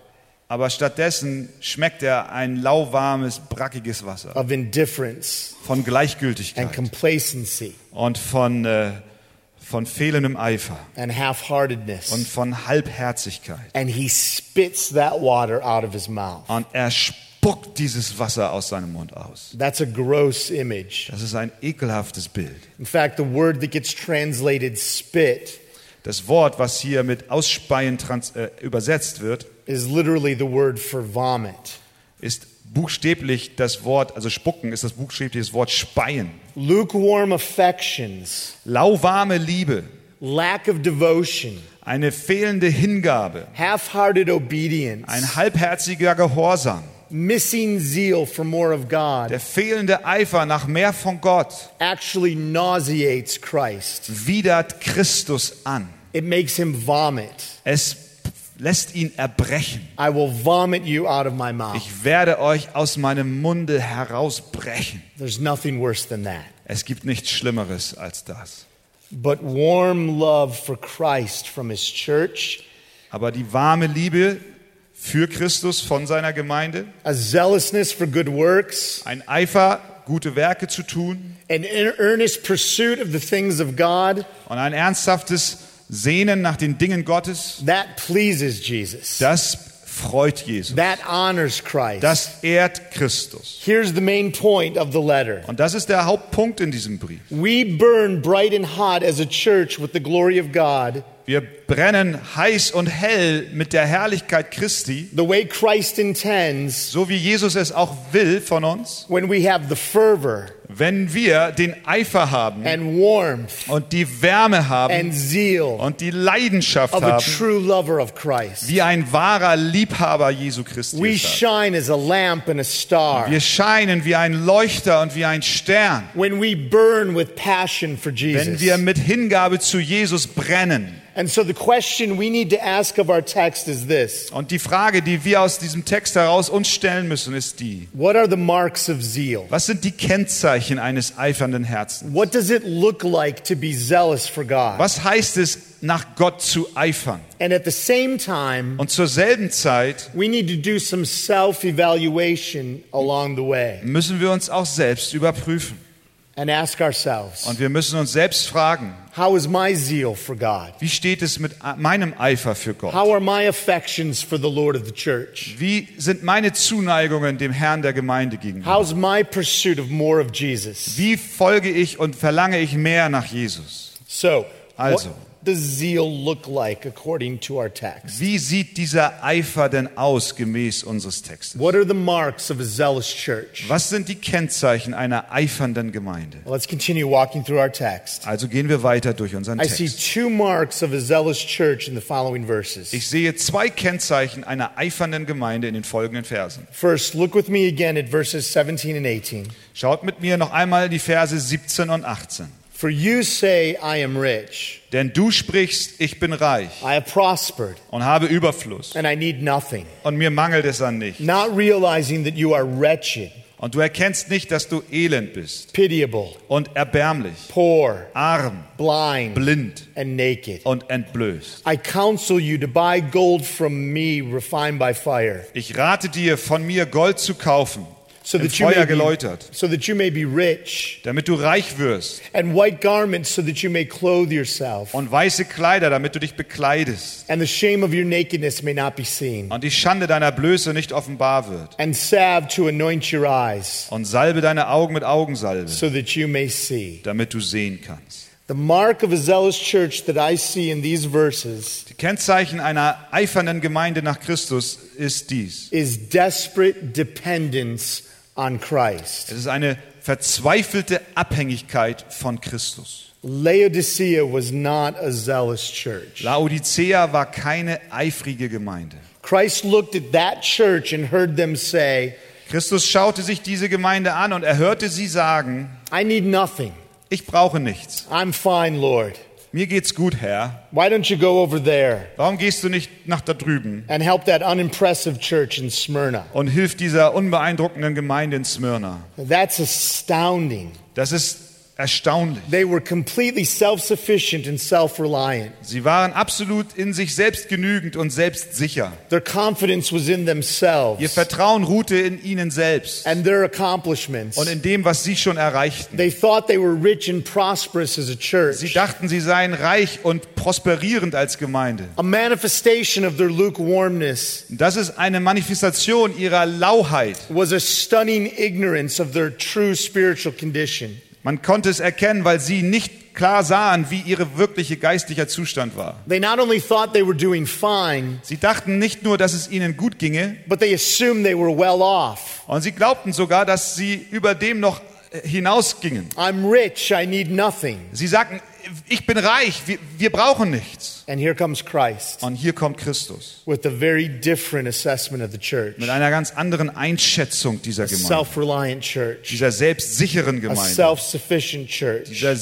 Speaker 2: aber stattdessen schmeckt er ein lauwarmes, brackiges Wasser
Speaker 1: of indifference
Speaker 2: von
Speaker 1: and
Speaker 2: Gleichgültigkeit
Speaker 1: complacency
Speaker 2: und von, äh, von fehlendem Eifer
Speaker 1: and half heartedness.
Speaker 2: und von Halbherzigkeit.
Speaker 1: and he spits that water out of his mouth.
Speaker 2: Und er spuckt dieses Wasser aus seinem Mund aus.
Speaker 1: That's a gross image.
Speaker 2: Das ist ein ekelhaftes Bild.
Speaker 1: In fact, the word that gets translated spit
Speaker 2: Das Wort, was hier mit Ausspeien trans äh, übersetzt wird,
Speaker 1: is literally the word for vomit.
Speaker 2: ist buchstäblich das Wort, also spucken ist das buchstäbliche Wort speien.
Speaker 1: Lukewarm affections,
Speaker 2: Lauwarme Liebe,
Speaker 1: lack of devotion,
Speaker 2: eine fehlende Hingabe,
Speaker 1: half hearted obedience,
Speaker 2: ein halbherziger Gehorsam,
Speaker 1: missing zeal for more of God
Speaker 2: der fehlende Eifer nach mehr von Gott
Speaker 1: actually nauseates Christ.
Speaker 2: widert Christus an.
Speaker 1: It makes him vomit.
Speaker 2: Es lässt ihn erbrechen.
Speaker 1: I will vomit you out of my mouth.
Speaker 2: Ich werde euch aus meinem Munde herausbrechen.
Speaker 1: There's nothing worse than that.
Speaker 2: Es gibt nichts Schlimmeres als das.
Speaker 1: But warm love for Christ from his church,
Speaker 2: Aber die warme Liebe für Christus von seiner Gemeinde,
Speaker 1: a zealousness for good works,
Speaker 2: ein Eifer, gute Werke zu tun
Speaker 1: an earnest pursuit of the things of God,
Speaker 2: und ein ernsthaftes Sehnen nach den Dingen Gottes,
Speaker 1: that pleases Jesus.
Speaker 2: das freut Jesus.
Speaker 1: That honors Christ.
Speaker 2: Das ehrt Christus.
Speaker 1: Here's the main point of the letter.
Speaker 2: Und das ist der Hauptpunkt in diesem Brief.
Speaker 1: We burn bright and hot as a church with the glory of God,
Speaker 2: Wir brennen heiß und hell mit der Herrlichkeit Christi,
Speaker 1: the way Christ intends,
Speaker 2: so wie Jesus es auch will von uns,
Speaker 1: when we have the fervor
Speaker 2: wenn wir den Eifer haben
Speaker 1: and warmth
Speaker 2: und die Wärme haben
Speaker 1: and zeal
Speaker 2: und die Leidenschaft
Speaker 1: of a
Speaker 2: haben,
Speaker 1: true lover of Christ.
Speaker 2: wie ein wahrer Liebhaber Jesu
Speaker 1: We
Speaker 2: Christi. es hat.
Speaker 1: shine as a lamp and a star.
Speaker 2: Wir scheinen wie ein Leuchter und wie ein Stern.
Speaker 1: when we burn with passion for
Speaker 2: wenn wir
Speaker 1: Jesus.
Speaker 2: mit Hingabe zu Jesus brennen.
Speaker 1: And so the question we need to ask of our text is this
Speaker 2: Und die Frage, die wir aus diesem Text heraus uns stellen müssen, ist die,
Speaker 1: What are the marks of zeal?
Speaker 2: was sind die Kennzeichen eines eifernden Herzens?
Speaker 1: What does it look like to be zealous for God?
Speaker 2: Was heißt es, nach Gott zu eifern?
Speaker 1: And at the same time,
Speaker 2: Und zur selben Zeit
Speaker 1: we need to do some self evaluation along the way
Speaker 2: müssen wir uns auch selbst überprüfen.
Speaker 1: and ask ourselves
Speaker 2: Und wir müssen uns selbst fragen,
Speaker 1: How is my zeal for God?
Speaker 2: wie steht es mit a- meinem Eifer für Gott?
Speaker 1: How are my affections for the Lord of the church?
Speaker 2: Wie sind meine Zuneigungen dem Herrn der Gemeinde gegenüber?
Speaker 1: How's my pursuit of more of Jesus?
Speaker 2: Wie folge ich und verlange ich mehr nach Jesus?
Speaker 1: So,
Speaker 2: Also.
Speaker 1: what does zeal look like according to our text?
Speaker 2: Wie sieht dieser Eifer denn aus gemäß unseres Textes?
Speaker 1: What are the marks of a zealous church?
Speaker 2: Was sind die Kennzeichen einer eifernden Gemeinde?
Speaker 1: Let's continue walking through our text.
Speaker 2: Also gehen wir weiter durch unseren
Speaker 1: I see
Speaker 2: Text.
Speaker 1: two marks of a zealous church in the following verses.
Speaker 2: Ich sehe zwei Kennzeichen einer eifernden Gemeinde in den folgenden Versen.
Speaker 1: First, look with me again at verses 17 and 18.
Speaker 2: Schaut mit mir noch einmal die Verse 17 und 18.
Speaker 1: For you say, I am rich,
Speaker 2: Denn du sprichst, ich bin reich
Speaker 1: I have prospered,
Speaker 2: und habe Überfluss
Speaker 1: and I need nothing,
Speaker 2: und mir mangelt es an nichts.
Speaker 1: not realizing that you are wretched,
Speaker 2: Und du erkennst nicht, dass du elend bist
Speaker 1: pitiable,
Speaker 2: und erbärmlich,
Speaker 1: poor,
Speaker 2: arm,
Speaker 1: blind,
Speaker 2: blind
Speaker 1: and naked.
Speaker 2: und entblößt.
Speaker 1: I counsel you to buy gold from me refined by fire,
Speaker 2: Ich rate dir, von mir Gold zu kaufen,
Speaker 1: so
Speaker 2: im
Speaker 1: that you may
Speaker 2: Feuer
Speaker 1: be,
Speaker 2: geläutert,
Speaker 1: so that you may be rich.
Speaker 2: damit du reich wirst,
Speaker 1: and white garments so that you may clothe yourself,
Speaker 2: und weiße Kleider, damit du dich bekleidest,
Speaker 1: and the shame of your nakedness may not be seen,
Speaker 2: und die Schande deiner Blöße nicht offenbar wird,
Speaker 1: and salve to anoint your eyes
Speaker 2: und salbe deine Augen mit Augensalbe,
Speaker 1: so that you may see.
Speaker 2: damit du sehen kannst.
Speaker 1: The mark of a zealous church that I see in these verses
Speaker 2: Die Kennzeichen einer eifernden Gemeinde nach Christus ist dies.
Speaker 1: is desperate dependence on Christ.
Speaker 2: Es ist eine verzweifelte Abhängigkeit von Christus.
Speaker 1: Laodicea was not a zealous church.
Speaker 2: Laodicea war keine eifrige Gemeinde.
Speaker 1: Christ looked at that church and heard them say,
Speaker 2: Christus schaute sich diese Gemeinde an und er hörte sie sagen,
Speaker 1: I need nothing.
Speaker 2: ich brauche nichts.
Speaker 1: I'm fine, Lord.
Speaker 2: Mir geht's gut, Herr.
Speaker 1: Why don't you go over there
Speaker 2: Warum gehst du nicht nach da drüben
Speaker 1: and help that unimpressive church in Smyrna?
Speaker 2: und hilf dieser unbeeindruckenden Gemeinde in Smyrna?
Speaker 1: That's astounding.
Speaker 2: Das ist erstaunlich.
Speaker 1: They were completely self sufficient and self reliant.
Speaker 2: Sie waren absolut in sich selbst genügend und selbstsicher.
Speaker 1: Their confidence was in
Speaker 2: Ihr
Speaker 1: themselves
Speaker 2: Vertrauen ruhte in ihnen selbst
Speaker 1: and their accomplishments.
Speaker 2: und in dem, was sie schon erreichten.
Speaker 1: They thought they were rich and prosperous as a
Speaker 2: Sie
Speaker 1: church,
Speaker 2: dachten, sie seien reich und prosperierend als Gemeinde.
Speaker 1: a manifestation of their lukewarmness.
Speaker 2: Das ist eine Manifestation ihrer Lauheit.
Speaker 1: Was a stunning ignorance of their true spiritual condition.
Speaker 2: Man konnte es erkennen, weil sie nicht klar sahen, wie ihr wirkliche geistlicher Zustand war.
Speaker 1: They not only thought they were doing fine,
Speaker 2: Sie dachten nicht nur, dass es ihnen gut ginge,
Speaker 1: but they assumed they were well off.
Speaker 2: und sie glaubten sogar, dass sie über dem noch äh, hinausgingen.
Speaker 1: I'm rich, I need nothing.
Speaker 2: Sie sagten, ich bin reich, wir, wir brauchen nichts.
Speaker 1: And here comes Christ
Speaker 2: Und hier kommt Christus
Speaker 1: with a very different assessment of the church.
Speaker 2: mit einer ganz anderen Einschätzung dieser
Speaker 1: A
Speaker 2: Gemeinde,
Speaker 1: self-reliant church,
Speaker 2: dieser selbstsicheren
Speaker 1: a
Speaker 2: Gemeinde,
Speaker 1: self-sufficient church,
Speaker 2: dieser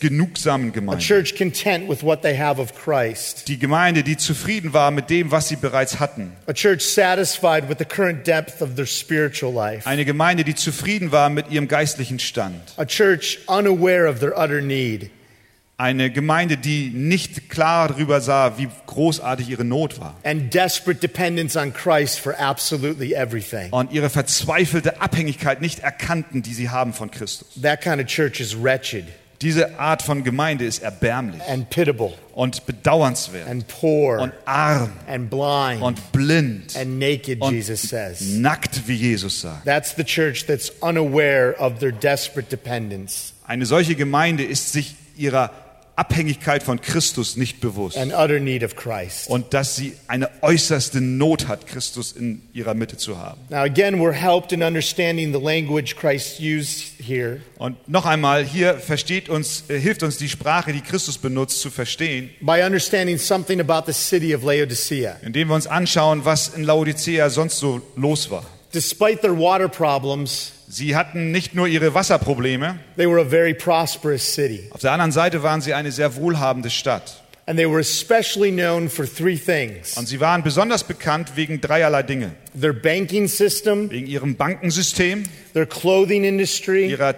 Speaker 2: selbstgenugsamen
Speaker 1: a
Speaker 2: Gemeinde.
Speaker 1: church content with what they have of Christ,
Speaker 2: Die Gemeinde, die zufrieden war mit dem, was sie bereits hatten.
Speaker 1: a church satisfied with the current depth of their spiritual life,
Speaker 2: Eine Gemeinde, die zufrieden war mit ihrem geistlichen Stand.
Speaker 1: a church unaware of their utter need,
Speaker 2: Eine Gemeinde, die nicht klar darüber sah, wie großartig ihre Not war.
Speaker 1: and desperate dependence on Christ for absolutely everything.
Speaker 2: Und ihre verzweifelte Abhängigkeit nicht erkannten, die sie haben von Christus.
Speaker 1: That kind of church is wretched
Speaker 2: Diese Art von Gemeinde ist erbärmlich
Speaker 1: and pitiable
Speaker 2: und bedauernswert
Speaker 1: and poor
Speaker 2: und arm
Speaker 1: and blind
Speaker 2: und blind,
Speaker 1: and naked,
Speaker 2: und-
Speaker 1: Jesus says.
Speaker 2: nackt, wie Jesus sagt.
Speaker 1: That's the church that's unaware of their desperate dependence
Speaker 2: Eine solche Gemeinde ist sich ihrer Abhängigkeit von Christus nicht bewusst
Speaker 1: and utter need of Christ.
Speaker 2: und dass sie eine äußerste Not hat, Christus in ihrer Mitte zu haben.
Speaker 1: Now, again, we're helped in understanding the language Christ used here
Speaker 2: Und noch einmal, hier versteht uns, äh, hilft uns die Sprache, die Christus benutzt, zu verstehen,
Speaker 1: by understanding something about the city of Laodicea.
Speaker 2: indem wir uns anschauen, was in Laodicea sonst so los war.
Speaker 1: Despite their water problems,
Speaker 2: Sie hatten nicht nur ihre Wasserprobleme,
Speaker 1: they were a very prosperous city.
Speaker 2: auf der anderen Seite waren sie eine sehr wohlhabende Stadt.
Speaker 1: And they were especially known for three things
Speaker 2: Und sie waren besonders bekannt wegen dreierlei Dinge.
Speaker 1: their banking system,
Speaker 2: Wegen ihrem Bankensystem,
Speaker 1: their clothing industry,
Speaker 2: ihrer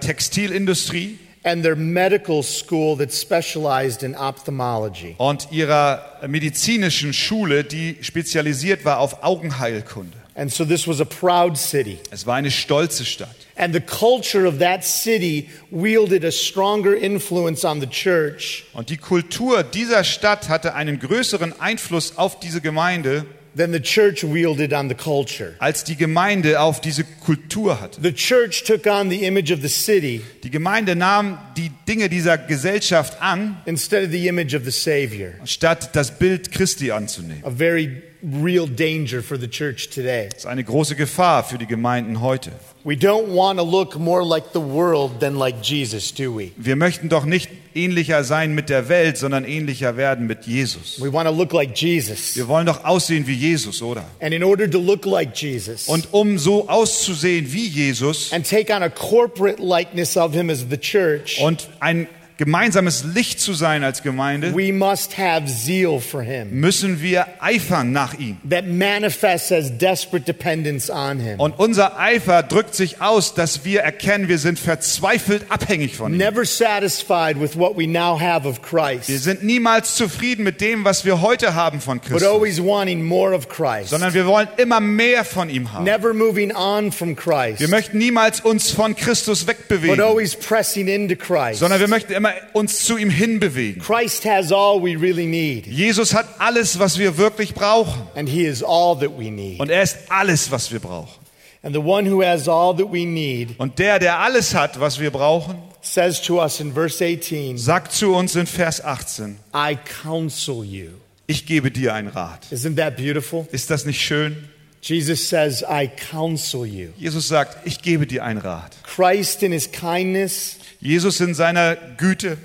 Speaker 2: Textilindustrie
Speaker 1: and their medical school that specialized in ophthalmology.
Speaker 2: und ihrer medizinischen Schule, die spezialisiert war auf Augenheilkunde.
Speaker 1: And so this was a proud city.
Speaker 2: Es war eine stolze Stadt.
Speaker 1: And the culture of that city wielded a stronger influence on the church
Speaker 2: Und die Kultur dieser Stadt hatte einen größeren Einfluss auf diese Gemeinde,
Speaker 1: than the church wielded on the culture.
Speaker 2: als die Gemeinde auf diese Kultur hatte.
Speaker 1: The church took on the image of the city
Speaker 2: Die Gemeinde nahm die Dinge dieser Gesellschaft an,
Speaker 1: instead of the image of the Savior.
Speaker 2: statt das Bild Christi anzunehmen.
Speaker 1: A very real danger for the church today.
Speaker 2: Das ist eine große Gefahr für die Gemeinden heute.
Speaker 1: We don't want to look more like the world than like Jesus, do we?
Speaker 2: Wir möchten doch nicht ähnlicher sein mit der Welt, sondern ähnlicher werden mit Jesus.
Speaker 1: We want to look like Jesus.
Speaker 2: Wir wollen doch aussehen wie Jesus, oder?
Speaker 1: And in order to look like Jesus
Speaker 2: Und um so auszusehen wie Jesus
Speaker 1: and take on a corporate likeness of him as the church,
Speaker 2: und ein gemeinsames Licht zu sein als Gemeinde,
Speaker 1: we must have zeal for him.
Speaker 2: müssen wir eifern nach ihm.
Speaker 1: that manifests as desperate dependence on him.
Speaker 2: Und unser Eifer drückt sich aus, dass wir erkennen, wir sind verzweifelt abhängig von ihm.
Speaker 1: Never satisfied with what we now have of
Speaker 2: Wir
Speaker 1: Christ,
Speaker 2: sind niemals zufrieden mit dem, was wir heute haben von
Speaker 1: but
Speaker 2: Christus,
Speaker 1: always wanting more of Christ.
Speaker 2: sondern wir wollen immer mehr von ihm haben.
Speaker 1: Never moving on from Christ,
Speaker 2: Wir möchten niemals uns von Christus
Speaker 1: but
Speaker 2: wegbewegen,
Speaker 1: always pressing into Christ.
Speaker 2: sondern wir möchten immer uns zu ihm hinbewegen.
Speaker 1: Christ has all we really need,
Speaker 2: Jesus hat alles, was wir wirklich brauchen.
Speaker 1: and he is all that we need.
Speaker 2: Und er ist alles, was wir brauchen.
Speaker 1: And the one who has all that we need
Speaker 2: Und der, der alles hat, was wir brauchen,
Speaker 1: says to us in verse 18,
Speaker 2: sagt zu uns in Vers 18,
Speaker 1: I counsel you.
Speaker 2: ich gebe dir einen Rat.
Speaker 1: Isn't that beautiful?
Speaker 2: Ist das nicht schön?
Speaker 1: Jesus says, I counsel you.
Speaker 2: Jesus sagt, ich gebe dir einen Rat.
Speaker 1: Christ in his kindness
Speaker 2: Jesus in seiner Güte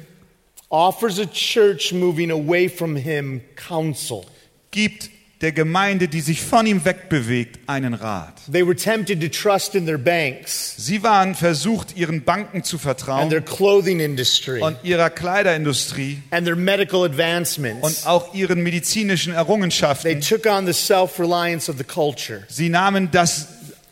Speaker 1: offers a church moving away from him counsel.
Speaker 2: gibt der Gemeinde, die sich von ihm wegbewegt, einen Rat.
Speaker 1: They were tempted to trust in their banks
Speaker 2: Sie waren versucht, ihren Banken zu
Speaker 1: and their
Speaker 2: vertrauen
Speaker 1: clothing industry
Speaker 2: und ihrer Kleiderindustrie
Speaker 1: and their medical
Speaker 2: und
Speaker 1: advancements.
Speaker 2: auch ihren medizinischen
Speaker 1: They
Speaker 2: Errungenschaften.
Speaker 1: took on the self reliance of the culture.
Speaker 2: Sie nahmen das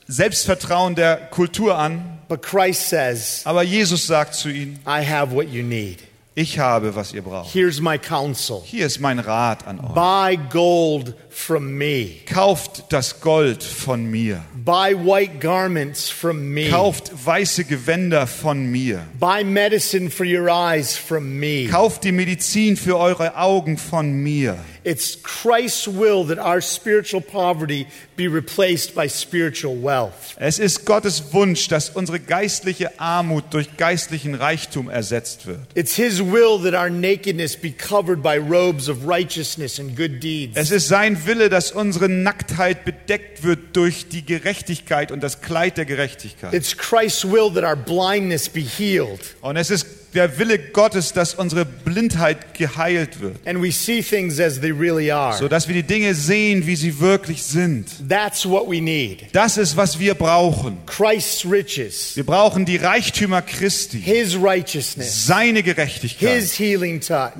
Speaker 2: Selbstvertrauen der Kultur an
Speaker 1: But Christ says,
Speaker 2: Aber Jesus sagt zu ihnen,
Speaker 1: I have what you need.
Speaker 2: ich habe, was ihr braucht.
Speaker 1: Here's my counsel
Speaker 2: Hier ist mein Rat an euch.
Speaker 1: buy gold from me,
Speaker 2: Kauft das Gold von mir.
Speaker 1: buy white garments from me,
Speaker 2: Kauft weiße Gewänder von mir.
Speaker 1: buy medicine for your eyes from me.
Speaker 2: Kauft die Medizin für eure Augen von mir.
Speaker 1: It's Christ's will that our spiritual poverty be replaced by spiritual wealth.
Speaker 2: Es ist Gottes Wunsch, dass unsere geistliche Armut durch geistlichen Reichtum ersetzt wird.
Speaker 1: It's His will that our nakedness be covered by robes of righteousness and good deeds.
Speaker 2: Es ist sein Wille, dass unsere Nacktheit bedeckt wird durch die Gerechtigkeit und das Kleid der Gerechtigkeit.
Speaker 1: It's Christ's will that our blindness be healed.
Speaker 2: Und es ist der Wille Gottes, dass unsere Blindheit geheilt wird,
Speaker 1: And we see things as they really are.
Speaker 2: sodass wir die Dinge sehen, wie sie wirklich sind.
Speaker 1: That's what we need.
Speaker 2: Das ist, was wir brauchen.
Speaker 1: Christ's riches,
Speaker 2: Wir brauchen die Reichtümer Christi,
Speaker 1: His righteousness,
Speaker 2: seine Gerechtigkeit,
Speaker 1: His healing touch.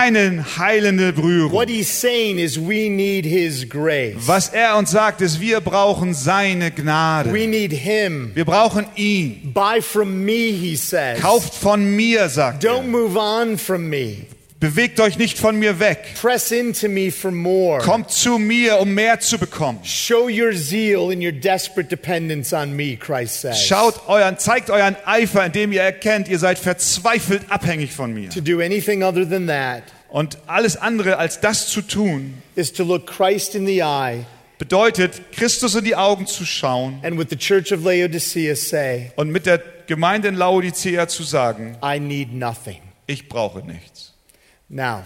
Speaker 2: seine heilende
Speaker 1: What
Speaker 2: Berührung.
Speaker 1: He's saying is we need His grace.
Speaker 2: Was er uns sagt, ist, wir brauchen seine
Speaker 1: We
Speaker 2: Gnade.
Speaker 1: need Him.
Speaker 2: Wir brauchen ihn.
Speaker 1: Buy from me, He says.
Speaker 2: Kauft von mir, sagt
Speaker 1: Don't
Speaker 2: er.
Speaker 1: move on from me.
Speaker 2: Bewegt euch nicht von mir weg.
Speaker 1: Press into me for more.
Speaker 2: Kommt zu mir, um mehr zu bekommen.
Speaker 1: Show your zeal in your desperate dependence on me, Christ says.
Speaker 2: Schaut euren, zeigt euren Eifer, indem ihr erkennt, ihr seid verzweifelt abhängig von mir.
Speaker 1: To do anything other than that
Speaker 2: Und alles andere als das zu tun,
Speaker 1: is to look Christ in the eye
Speaker 2: bedeutet, Christus in die Augen zu schauen
Speaker 1: and with the church of Laodicea say,
Speaker 2: und mit der Gemeinde in Laodicea zu sagen,
Speaker 1: I need nothing.
Speaker 2: ich brauche nichts.
Speaker 1: Now,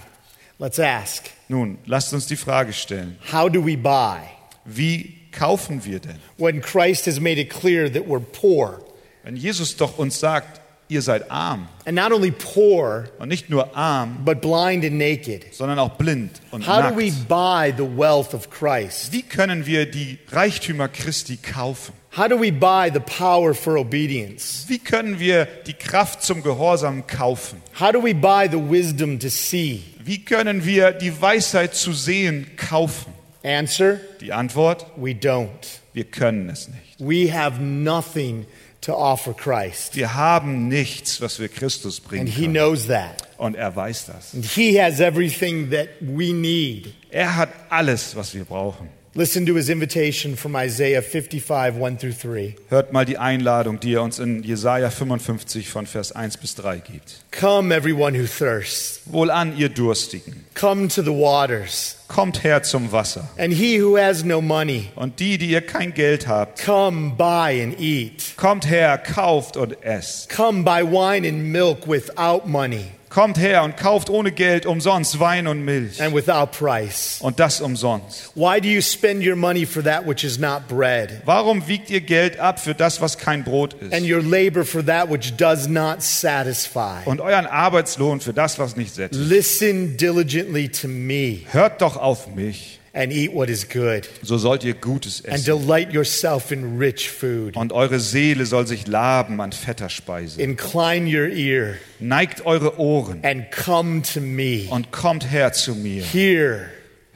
Speaker 1: let's ask
Speaker 2: Nun, lasst uns die Frage stellen,
Speaker 1: how do we buy
Speaker 2: wie kaufen wir denn?
Speaker 1: when Christ has made it clear that we're poor?
Speaker 2: Wenn Jesus doch uns sagt, ihr seid arm
Speaker 1: And not only poor,
Speaker 2: und nicht nur arm,
Speaker 1: but blind and naked.
Speaker 2: sondern auch blind und
Speaker 1: How do we
Speaker 2: nackt.
Speaker 1: buy the wealth of Christ?
Speaker 2: Wie können wir die Reichtümer Christi kaufen?
Speaker 1: How do we buy the power for obedience?
Speaker 2: Wie können wir die Kraft zum Gehorsam kaufen?
Speaker 1: How do we buy the wisdom to see?
Speaker 2: Wie können wir die Weisheit zu sehen kaufen?
Speaker 1: Answer
Speaker 2: Die Antwort,
Speaker 1: We don't.
Speaker 2: wir können es nicht.
Speaker 1: We have nothing to offer Christ.
Speaker 2: Wir haben nichts, was wir Christus
Speaker 1: And
Speaker 2: bringen
Speaker 1: He
Speaker 2: können.
Speaker 1: knows that.
Speaker 2: Und er weiß das.
Speaker 1: And He has everything that we need.
Speaker 2: Er hat alles, was wir brauchen.
Speaker 1: Listen to His invitation from Isaiah 55, 1 through 3.
Speaker 2: Hört mal die Einladung, die er uns in Jesaja 55 von Vers 1 bis 3 gibt.
Speaker 1: Come, everyone who thirsts,
Speaker 2: Wohlan, ihr Durstigen,
Speaker 1: come to the waters.
Speaker 2: kommt her zum Wasser.
Speaker 1: And he who has no money,
Speaker 2: Und die, die ihr kein Geld habt,
Speaker 1: come buy and eat.
Speaker 2: kommt her, kauft und esst.
Speaker 1: Come buy wine and milk without money
Speaker 2: Kommt her und kauft ohne Geld umsonst Wein und Milch.
Speaker 1: and without price.
Speaker 2: Und das umsonst.
Speaker 1: Why do you spend your money for that which is not bread,
Speaker 2: Warum wiegt ihr Geld ab für das, was kein Brot
Speaker 1: and
Speaker 2: ist?
Speaker 1: your labor for that which does not satisfy?
Speaker 2: Und euren Arbeitslohn für das, was nicht sättigt?
Speaker 1: Listen diligently to me
Speaker 2: Hört doch auf mich,
Speaker 1: and eat what is good,
Speaker 2: so sollt ihr Gutes
Speaker 1: and
Speaker 2: essen.
Speaker 1: delight yourself in rich food.
Speaker 2: Und eure Seele soll sich laben an fetter Speise.
Speaker 1: Incline your ear
Speaker 2: Neigt eure Ohren
Speaker 1: and come to me.
Speaker 2: und kommt her zu mir.
Speaker 1: Hear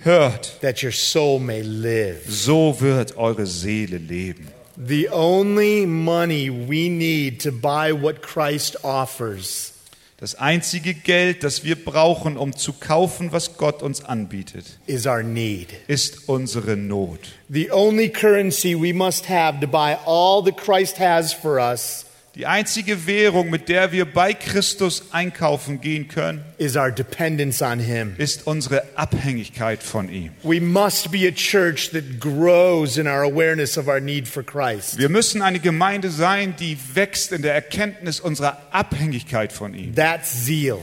Speaker 2: Hört,
Speaker 1: that your soul may live.
Speaker 2: so wird eure Seele leben.
Speaker 1: The only money we need to buy what Christ offers
Speaker 2: Das einzige Geld, das wir brauchen, um zu kaufen, was Gott uns anbietet,
Speaker 1: is our need.
Speaker 2: ist unsere Not.
Speaker 1: The only currency we must have to buy all that Christ has for us
Speaker 2: Die einzige Währung, mit der wir bei Christus einkaufen gehen können,
Speaker 1: is our dependence on Him.
Speaker 2: ist unsere Abhängigkeit von ihm.
Speaker 1: We must be a church that grows in our awareness of our need for Christ.
Speaker 2: Wir müssen eine Gemeinde sein, die wächst in der Erkenntnis unserer Abhängigkeit von ihm.
Speaker 1: That's zeal.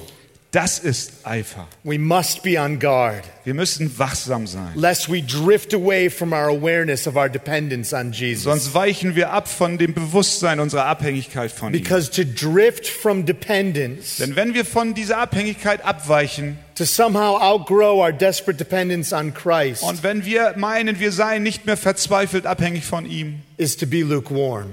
Speaker 2: Das ist Eifer.
Speaker 1: We must be on guard
Speaker 2: Wir müssen wachsam sein.
Speaker 1: lest we drift away from our awareness of our dependence on Jesus.
Speaker 2: Sonst weichen wir ab von dem Bewusstsein unserer Abhängigkeit von ihm.
Speaker 1: Because to drift from dependence
Speaker 2: Denn wenn wir von dieser Abhängigkeit abweichen
Speaker 1: to somehow outgrow our desperate dependence on Christ
Speaker 2: und wenn wir meinen, wir seien nicht mehr verzweifelt abhängig von ihm,
Speaker 1: is to be lukewarm.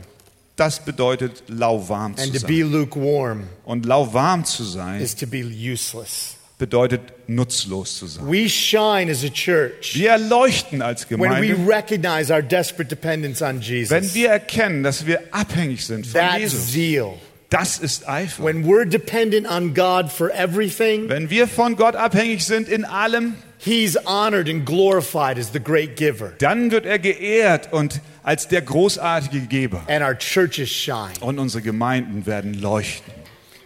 Speaker 2: das bedeutet lauwarm zu
Speaker 1: And to
Speaker 2: sein.
Speaker 1: be lukewarm
Speaker 2: Und lauwarm zu sein
Speaker 1: is to be useless.
Speaker 2: bedeutet nutzlos zu sein.
Speaker 1: We shine as a church
Speaker 2: Wir leuchten als
Speaker 1: when we
Speaker 2: Gemeinde,
Speaker 1: recognize our desperate dependence on Jesus.
Speaker 2: wenn wir erkennen, dass wir abhängig sind von
Speaker 1: That's
Speaker 2: Jesus.
Speaker 1: zeal.
Speaker 2: Das ist Eifer.
Speaker 1: When we're dependent on God for everything,
Speaker 2: Wenn wir von Gott abhängig sind in allem,
Speaker 1: He's honored and glorified as the great giver,
Speaker 2: dann wird er geehrt und als der großartige Geber.
Speaker 1: and our churches shine.
Speaker 2: Und unsere Gemeinden werden leuchten.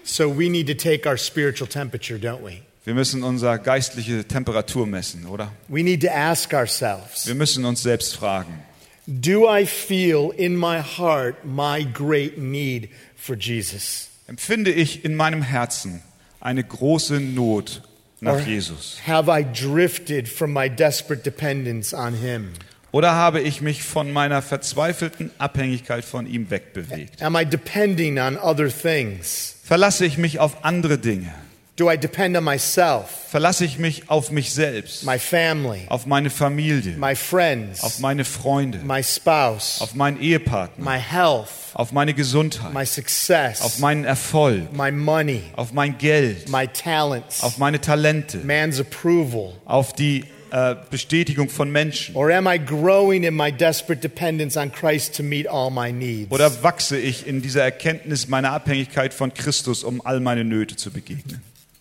Speaker 1: So we need to take our spiritual temperature, don't we?
Speaker 2: Wir müssen unsere geistliche Temperatur messen, oder?
Speaker 1: We need to ask ourselves
Speaker 2: Wir müssen uns selbst fragen,
Speaker 1: Do I feel in my heart my great need for Jesus?
Speaker 2: empfinde ich in meinem Herzen eine große Not nach
Speaker 1: Or
Speaker 2: Jesus?
Speaker 1: Have I drifted from my desperate dependence on Him?
Speaker 2: Oder habe ich mich von meiner verzweifelten Abhängigkeit von ihm wegbewegt?
Speaker 1: Am I depending on other things?
Speaker 2: Verlasse ich mich auf andere Dinge?
Speaker 1: Do I depend on myself,
Speaker 2: Verlasse ich mich auf mich selbst,
Speaker 1: my family,
Speaker 2: auf meine Familie,
Speaker 1: my
Speaker 2: auf
Speaker 1: friends,
Speaker 2: meine Freunde,
Speaker 1: my spouse,
Speaker 2: auf meinen Ehepartner,
Speaker 1: my health,
Speaker 2: auf meine Gesundheit,
Speaker 1: my
Speaker 2: auf
Speaker 1: success,
Speaker 2: meinen Erfolg,
Speaker 1: my money,
Speaker 2: auf mein Geld,
Speaker 1: my talents,
Speaker 2: auf meine Talente,
Speaker 1: man's approval?
Speaker 2: auf die äh, Bestätigung von Menschen?
Speaker 1: Or am I growing in my desperate dependence on Christ to meet all my needs?
Speaker 2: Oder wachse ich in dieser Erkenntnis meiner Abhängigkeit von Christus, um all meine Nöte zu begegnen?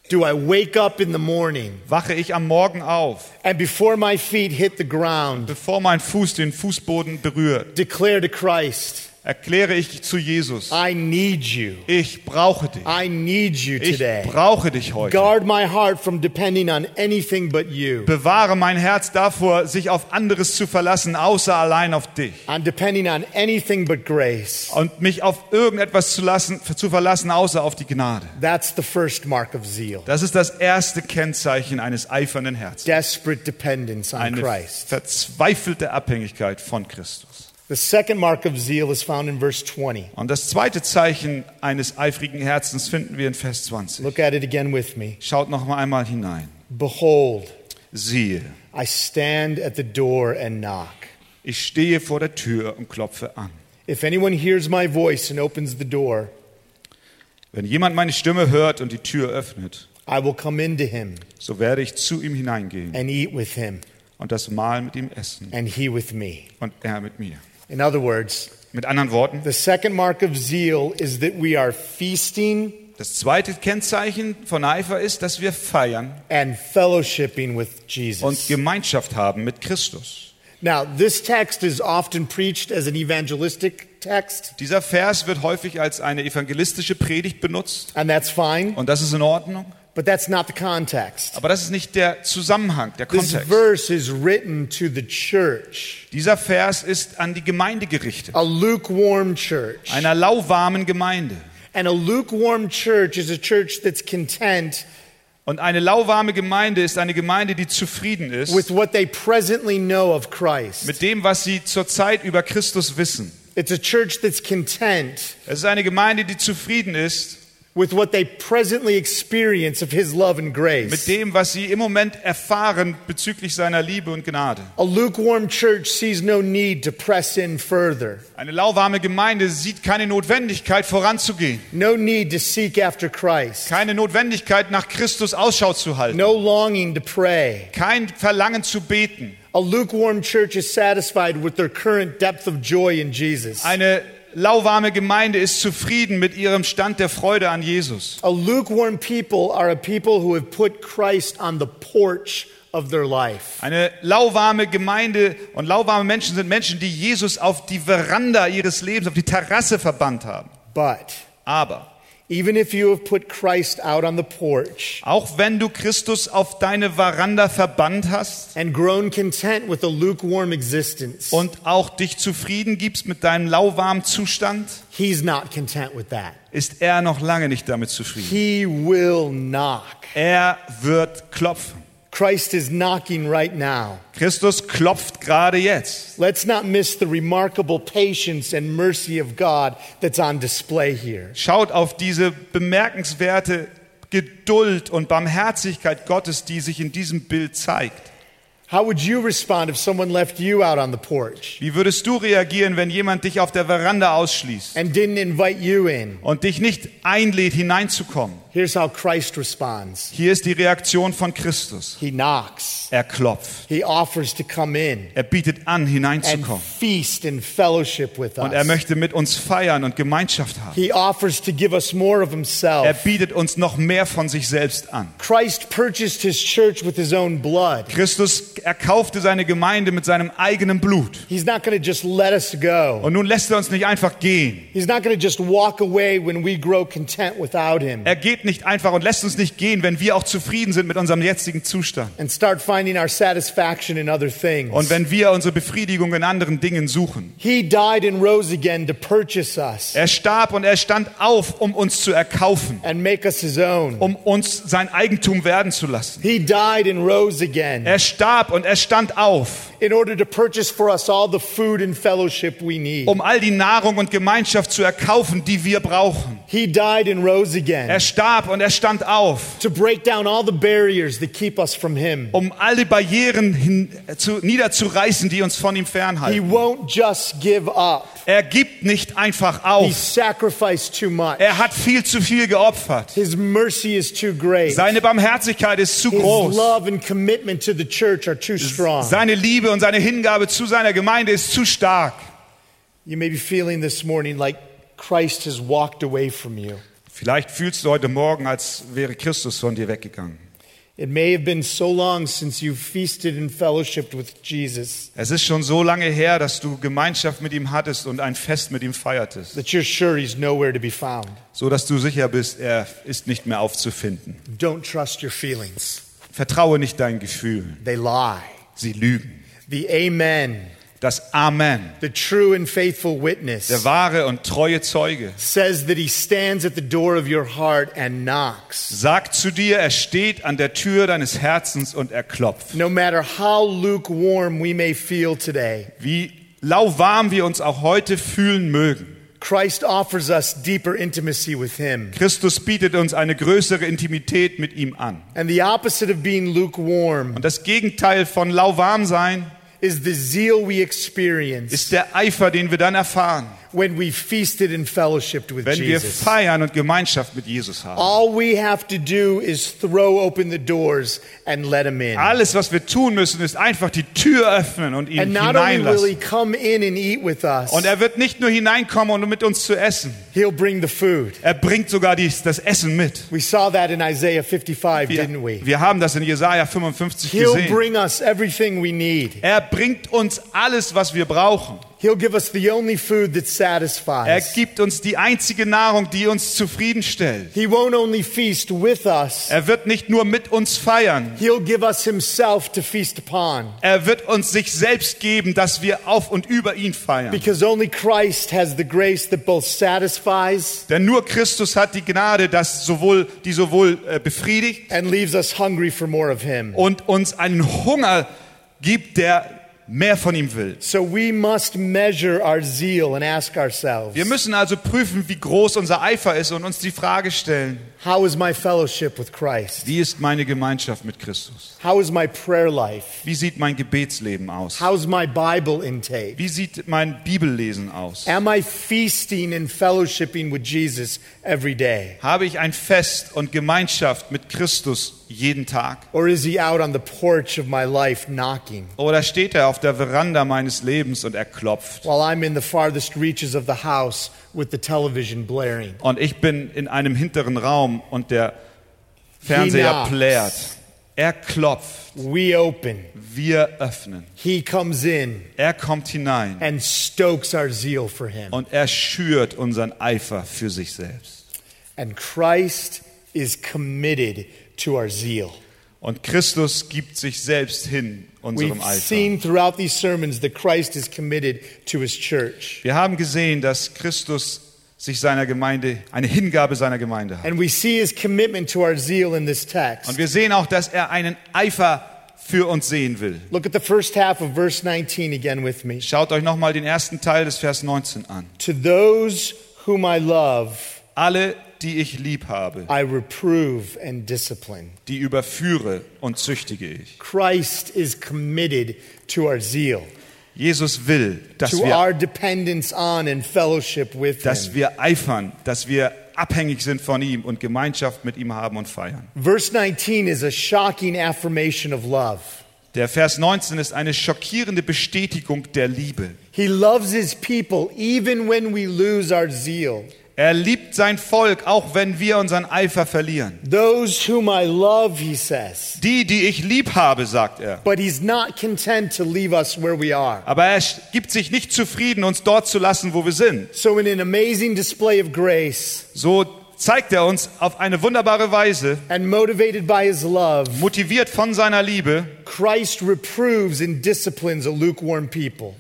Speaker 1: Do I wake up in the morning
Speaker 2: Wache ich am Morgen auf,
Speaker 1: and before my feet hit the ground,
Speaker 2: bevor mein Fuß den Fußboden berührt,
Speaker 1: declare to Christ,
Speaker 2: erkläre ich zu Jesus,
Speaker 1: I need you.
Speaker 2: ich brauche dich.
Speaker 1: I need you
Speaker 2: Ich
Speaker 1: Ah. today.
Speaker 2: brauche dich heute.
Speaker 1: Guard my heart from depending on anything but you.
Speaker 2: Bewahre mein Herz davor, sich auf anderes zu verlassen, außer allein auf dich.
Speaker 1: I'm depending on anything but grace.
Speaker 2: Und mich auf irgendetwas zu, lassen, zu verlassen, außer auf die Gnade.
Speaker 1: That's the first mark of zeal.
Speaker 2: Das ist das erste Kennzeichen eines eifernden Herzens.
Speaker 1: Desperate dependence on
Speaker 2: eine
Speaker 1: Christ.
Speaker 2: verzweifelte Abhängigkeit von Christus.
Speaker 1: The second mark of zeal is found in verse 20.
Speaker 2: Und das zweite Zeichen eines eifrigen Herzens finden wir in Vers 20.
Speaker 1: Look at it again with me.
Speaker 2: Schaut noch mal einmal hinein.
Speaker 1: Behold,
Speaker 2: Siehe,
Speaker 1: I stand at the door and knock.
Speaker 2: ich stehe vor der Tür und klopfe an.
Speaker 1: If anyone hears my voice and opens the door,
Speaker 2: Wenn jemand meine Stimme hört und die Tür öffnet,
Speaker 1: I will come into him
Speaker 2: so werde ich zu ihm hineingehen
Speaker 1: and eat with him
Speaker 2: und das Mahl mit ihm essen
Speaker 1: and he with me.
Speaker 2: und er mit mir.
Speaker 1: In other words,
Speaker 2: Mit anderen Worten,
Speaker 1: the second mark of zeal is that we are feasting
Speaker 2: das zweite Kennzeichen von Eifer ist, dass wir feiern
Speaker 1: and fellowshipping with
Speaker 2: und
Speaker 1: Jesus.
Speaker 2: Gemeinschaft haben mit Christus.
Speaker 1: Now, this text is often preached as an evangelistic text,
Speaker 2: Dieser Vers wird häufig als eine evangelistische Predigt benutzt
Speaker 1: and that's fine,
Speaker 2: und das ist in Ordnung,
Speaker 1: but that's not the context.
Speaker 2: aber das ist nicht der Zusammenhang, der
Speaker 1: This
Speaker 2: Kontext.
Speaker 1: verse is written to the church,
Speaker 2: Dieser Vers ist an die Gemeinde gerichtet,
Speaker 1: a lukewarm church.
Speaker 2: einer lauwarmen Gemeinde.
Speaker 1: And a lukewarm church is a church that's content
Speaker 2: Und eine lauwarme Gemeinde ist eine Gemeinde, die zufrieden
Speaker 1: with
Speaker 2: ist
Speaker 1: what they presently know of Christ.
Speaker 2: mit dem, was sie zurzeit über Christus wissen.
Speaker 1: It's a church that's content
Speaker 2: Es ist eine Gemeinde, die zufrieden ist
Speaker 1: with what they presently experience of His love and
Speaker 2: mit
Speaker 1: grace.
Speaker 2: dem, was sie im Moment erfahren bezüglich seiner Liebe und Gnade.
Speaker 1: A lukewarm church sees no need to press in further,
Speaker 2: Eine lauwarme Gemeinde sieht keine Notwendigkeit voranzugehen,
Speaker 1: no need to seek after Christ,
Speaker 2: keine Notwendigkeit nach Christus Ausschau zu halten.
Speaker 1: no longing to pray.
Speaker 2: kein Verlangen zu beten.
Speaker 1: A lukewarm church is satisfied with their current depth of joy in Jesus.
Speaker 2: Eine lauwarme Gemeinde ist zufrieden mit ihrem Stand der Freude an Jesus.
Speaker 1: A lukewarm people are a people who have put Christ on the porch of their life.
Speaker 2: Eine lauwarme Gemeinde und lauwarme Menschen sind Menschen, die Jesus auf die Veranda ihres Lebens, auf die Terrasse verbannt haben.
Speaker 1: But
Speaker 2: Aber
Speaker 1: even if you have put Christ out on the porch
Speaker 2: auch wenn du Christus auf deine Veranda verbannt hast
Speaker 1: and grown content with a lukewarm existence,
Speaker 2: und auch dich zufrieden gibst mit deinem lauwarmen Zustand,
Speaker 1: he's not content with that.
Speaker 2: ist er noch lange nicht damit zufrieden.
Speaker 1: He will knock.
Speaker 2: Er wird klopfen.
Speaker 1: Christ is knocking right now.
Speaker 2: Christus klopft gerade jetzt.
Speaker 1: Let's not miss the remarkable patience and mercy of God that's on display here.
Speaker 2: Schaut auf diese bemerkenswerte Geduld und Barmherzigkeit Gottes, die sich in diesem Bild zeigt.
Speaker 1: How would you respond if someone left you out on the porch
Speaker 2: Wie würdest du reagieren, wenn jemand dich auf der Veranda ausschließt
Speaker 1: and didn't invite you in?
Speaker 2: und dich nicht einlädt, hineinzukommen?
Speaker 1: Here's how Christ responds
Speaker 2: Hier ist die Reaktion von Christus.
Speaker 1: He knocks,
Speaker 2: Er klopft.
Speaker 1: He offers to come in
Speaker 2: Er bietet an,
Speaker 1: and
Speaker 2: hineinzukommen.
Speaker 1: feast in fellowship with
Speaker 2: Und er
Speaker 1: us.
Speaker 2: möchte mit uns feiern und Gemeinschaft haben.
Speaker 1: He offers to give us more of
Speaker 2: Er
Speaker 1: Himself.
Speaker 2: bietet uns noch mehr von sich selbst an.
Speaker 1: Christ purchased His church with His own blood.
Speaker 2: Christus erkaufte seine Gemeinde mit seinem eigenen Blut.
Speaker 1: He's not going to just let us go.
Speaker 2: Und nun lässt er uns nicht einfach gehen.
Speaker 1: He's not going to just walk away when we grow content without Him
Speaker 2: Er geht nicht einfach und lässt uns nicht gehen, wenn wir auch zufrieden sind mit unserem jetzigen Zustand.
Speaker 1: and start finding our satisfaction in other
Speaker 2: Und
Speaker 1: things.
Speaker 2: wenn wir unsere Befriedigung in anderen Dingen suchen.
Speaker 1: He died and rose again to purchase us
Speaker 2: Er starb und er stand auf, um uns zu erkaufen,
Speaker 1: and make us His own.
Speaker 2: um uns sein Eigentum werden zu lassen.
Speaker 1: He died and rose again.
Speaker 2: Er starb und er stand auf,
Speaker 1: in order to purchase for us all the food and fellowship we need.
Speaker 2: um all die Nahrung und Gemeinschaft zu erkaufen, die wir brauchen.
Speaker 1: He died and rose again
Speaker 2: Er starb und er stand auf,
Speaker 1: to break down all the barriers that keep us from Him.
Speaker 2: um alle Barrieren hin, äh, zu, niederzureißen, die uns von ihm
Speaker 1: He
Speaker 2: fernhalten.
Speaker 1: won't just give up.
Speaker 2: Er gibt nicht einfach
Speaker 1: He
Speaker 2: auf.
Speaker 1: sacrificed too much.
Speaker 2: Er hat viel zu viel geopfert.
Speaker 1: His mercy is too great.
Speaker 2: Seine Barmherzigkeit ist zu
Speaker 1: His
Speaker 2: groß.
Speaker 1: love and commitment to the church are too strong.
Speaker 2: Seine Liebe und seine Hingabe zu seiner Gemeinde ist zu stark.
Speaker 1: You may be feeling this morning like Christ has walked away from you.
Speaker 2: Vielleicht fühlst du heute Morgen, als wäre Christus von dir weggegangen.
Speaker 1: It may have been so long since you feasted and fellowshiped with Jesus
Speaker 2: Es ist schon so lange her, dass du Gemeinschaft mit ihm hattest und ein Fest mit ihm feiertest,
Speaker 1: that you're sure He's nowhere to be found.
Speaker 2: so dass du sicher bist, er ist nicht mehr aufzufinden.
Speaker 1: Don't trust your feelings.
Speaker 2: Vertraue nicht deinen Gefühlen.
Speaker 1: They lie.
Speaker 2: Sie lügen.
Speaker 1: The Amen,
Speaker 2: Das Amen,
Speaker 1: the true and faithful witness,
Speaker 2: der wahre und treue Zeuge,
Speaker 1: says that he stands at the door of your heart and knocks.
Speaker 2: sagt zu dir, er steht an der Tür deines Herzens und er klopft.
Speaker 1: No matter how lukewarm we may feel today,
Speaker 2: Wie lauwarm wir uns auch heute fühlen mögen.
Speaker 1: Christ offers us deeper intimacy with him.
Speaker 2: Christus bietet uns eine größere Intimität mit ihm an.
Speaker 1: And the opposite of being lukewarm
Speaker 2: Und das Gegenteil von lauwarm sein
Speaker 1: is the zeal we experience
Speaker 2: ist der Eifer, den wir dann erfahren,
Speaker 1: when we feasted and fellowshipped with
Speaker 2: wenn wir
Speaker 1: Jesus.
Speaker 2: feiern und Gemeinschaft mit Jesus haben.
Speaker 1: All we have to do is throw open the doors and let him in.
Speaker 2: Alles, was wir tun müssen, ist einfach die Tür öffnen und ihn
Speaker 1: And not only will he
Speaker 2: hineinlassen.
Speaker 1: come in and eat with us,
Speaker 2: Und er wird nicht nur hineinkommen, um mit uns zu essen.
Speaker 1: he'll bring the food.
Speaker 2: Er bringt sogar dies, das Essen mit.
Speaker 1: We saw that in Isaiah 55,
Speaker 2: Wir,
Speaker 1: didn't we?
Speaker 2: wir haben das in Jesaja 55
Speaker 1: He'll
Speaker 2: gesehen.
Speaker 1: bring us everything we need.
Speaker 2: Er bringt uns alles, was wir brauchen.
Speaker 1: He'll give us the only food that
Speaker 2: Er
Speaker 1: satisfies.
Speaker 2: gibt uns die einzige Nahrung, die uns zufriedenstellt.
Speaker 1: He won't only feast with us,
Speaker 2: Er wird nicht nur mit uns feiern.
Speaker 1: He'll give us Himself to feast upon.
Speaker 2: Er wird uns sich selbst geben, dass wir auf und über ihn feiern.
Speaker 1: Because only Christ has the grace that both satisfies
Speaker 2: Denn nur Christus hat die Gnade, dass sowohl, die sowohl äh, befriedigt
Speaker 1: and leaves us hungry for more of Him.
Speaker 2: und uns einen Hunger gibt, der mehr von ihm will.
Speaker 1: So we must measure our zeal and ask ourselves
Speaker 2: Wir müssen also prüfen, wie groß unser Eifer ist und uns die Frage stellen,
Speaker 1: How is my fellowship with Christ?
Speaker 2: wie ist meine Gemeinschaft mit Christus?
Speaker 1: How is my prayer life?
Speaker 2: Wie sieht mein Gebetsleben aus?
Speaker 1: How's my Bible intake?
Speaker 2: Wie sieht mein Bibellesen aus?
Speaker 1: Am I feasting and fellowshipping with Jesus every day?
Speaker 2: Habe ich ein Fest und Gemeinschaft mit Christus jeden Tag?
Speaker 1: Or is he out on the porch of my life knocking
Speaker 2: Oder steht er auf der Veranda meines Lebens und er klopft?
Speaker 1: while I'm in the farthest reaches of the house with the television blaring?
Speaker 2: Und ich bin in einem hinteren Raum und der Fernseher
Speaker 1: knocks.
Speaker 2: plärt. Er klopft,
Speaker 1: We open.
Speaker 2: wir öffnen.
Speaker 1: He comes in
Speaker 2: Er kommt hinein
Speaker 1: and stokes our zeal for him.
Speaker 2: und er schürt unseren Eifer für sich selbst.
Speaker 1: And Christ is committed to our zeal.
Speaker 2: Und Christus gibt sich selbst hin unserem
Speaker 1: We've
Speaker 2: Eifer.
Speaker 1: seen throughout these sermons that Christ is committed to his church.
Speaker 2: Wir haben gesehen, dass Christus sich seiner Gemeinde, eine Hingabe seiner Gemeinde hat.
Speaker 1: And we see his commitment to our zeal in this
Speaker 2: Und
Speaker 1: text.
Speaker 2: wir sehen auch, dass er einen Eifer für uns sehen will.
Speaker 1: Look at the first half of verse 19 again with me.
Speaker 2: Schaut euch nochmal den ersten Teil des Vers 19 an.
Speaker 1: To those whom I love,
Speaker 2: Alle, die ich lieb habe,
Speaker 1: I reprove and discipline.
Speaker 2: die überführe und züchtige ich.
Speaker 1: Christ is committed to our zeal,
Speaker 2: Jesus will, dass
Speaker 1: to
Speaker 2: wir,
Speaker 1: our dependence on and fellowship with
Speaker 2: dass
Speaker 1: Him.
Speaker 2: wir eifern, dass wir abhängig sind von ihm und Gemeinschaft mit ihm haben und feiern.
Speaker 1: Verse 19 is a shocking affirmation of love.
Speaker 2: Der Vers 19 ist eine schockierende Bestätigung der Liebe.
Speaker 1: He loves his people even when we lose our zeal.
Speaker 2: Er liebt sein Volk, auch wenn wir unseren Eifer verlieren.
Speaker 1: Those whom I love, he says.
Speaker 2: Die, die ich lieb habe, sagt er.
Speaker 1: But he's not content to leave us where we are.
Speaker 2: Aber er gibt sich nicht zufrieden, uns dort zu lassen, wo wir sind.
Speaker 1: So, in an amazing display of grace
Speaker 2: So zeigt er uns auf eine wunderbare Weise,
Speaker 1: and motivated by his love,
Speaker 2: motiviert von seiner Liebe,
Speaker 1: Christ reproves and disciplines a lukewarm people.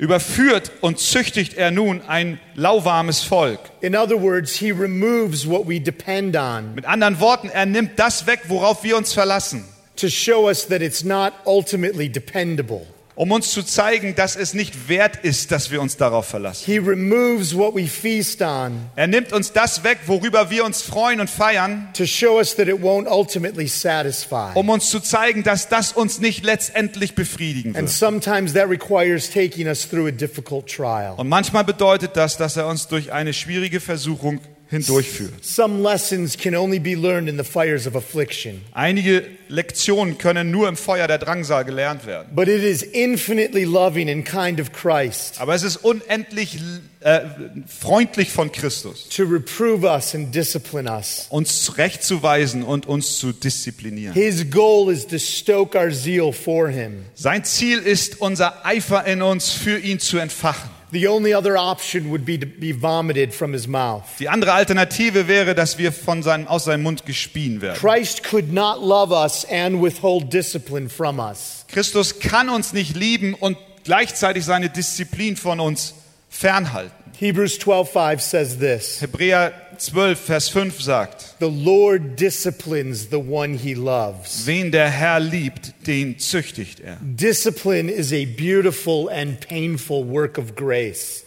Speaker 2: überführt und züchtigt er nun ein lauwarmes Volk.
Speaker 1: In other words, he removes what we depend on
Speaker 2: Mit anderen Worten, er nimmt das weg, worauf wir uns verlassen,
Speaker 1: to show us that it's not ultimately dependable.
Speaker 2: um uns zu zeigen, dass es nicht wert ist, dass wir uns darauf verlassen.
Speaker 1: He removes what we feast on
Speaker 2: Er nimmt uns das weg, worüber wir uns freuen und feiern,
Speaker 1: to show us that it won't ultimately satisfy.
Speaker 2: um uns zu zeigen, dass das uns nicht letztendlich befriedigen
Speaker 1: And
Speaker 2: wird.
Speaker 1: sometimes that requires taking us through a difficult trial.
Speaker 2: Und manchmal bedeutet das, dass er uns durch eine schwierige Versuchung hindurchführt.
Speaker 1: Some lessons can only be learned in the fires of affliction,
Speaker 2: Einige Lektionen können nur im Feuer der Drangsal gelernt werden.
Speaker 1: but it is infinitely loving and kind of Christ
Speaker 2: Aber es ist unendlich äh, freundlich von Christus,
Speaker 1: to reprove us and discipline us.
Speaker 2: uns zurechtzuweisen und uns zu disziplinieren.
Speaker 1: His goal is to stoke our zeal for Him.
Speaker 2: Sein Ziel ist, unser Eifer in uns für ihn zu entfachen.
Speaker 1: The only other option would be to be vomited from His mouth.
Speaker 2: Die andere Alternative wäre, dass wir von seinem, aus seinem Mund gespien werden.
Speaker 1: Christ could not love us and withhold discipline from us.
Speaker 2: Christus kann uns nicht lieben und gleichzeitig seine Disziplin von uns fernhalten.
Speaker 1: Hebrews 12:5 says this,
Speaker 2: Hebräer 12, Vers 5 sagt,
Speaker 1: "The Lord disciplines the one he loves."
Speaker 2: wen der Herr liebt, den züchtigt er.
Speaker 1: Discipline is a beautiful and painful work of grace.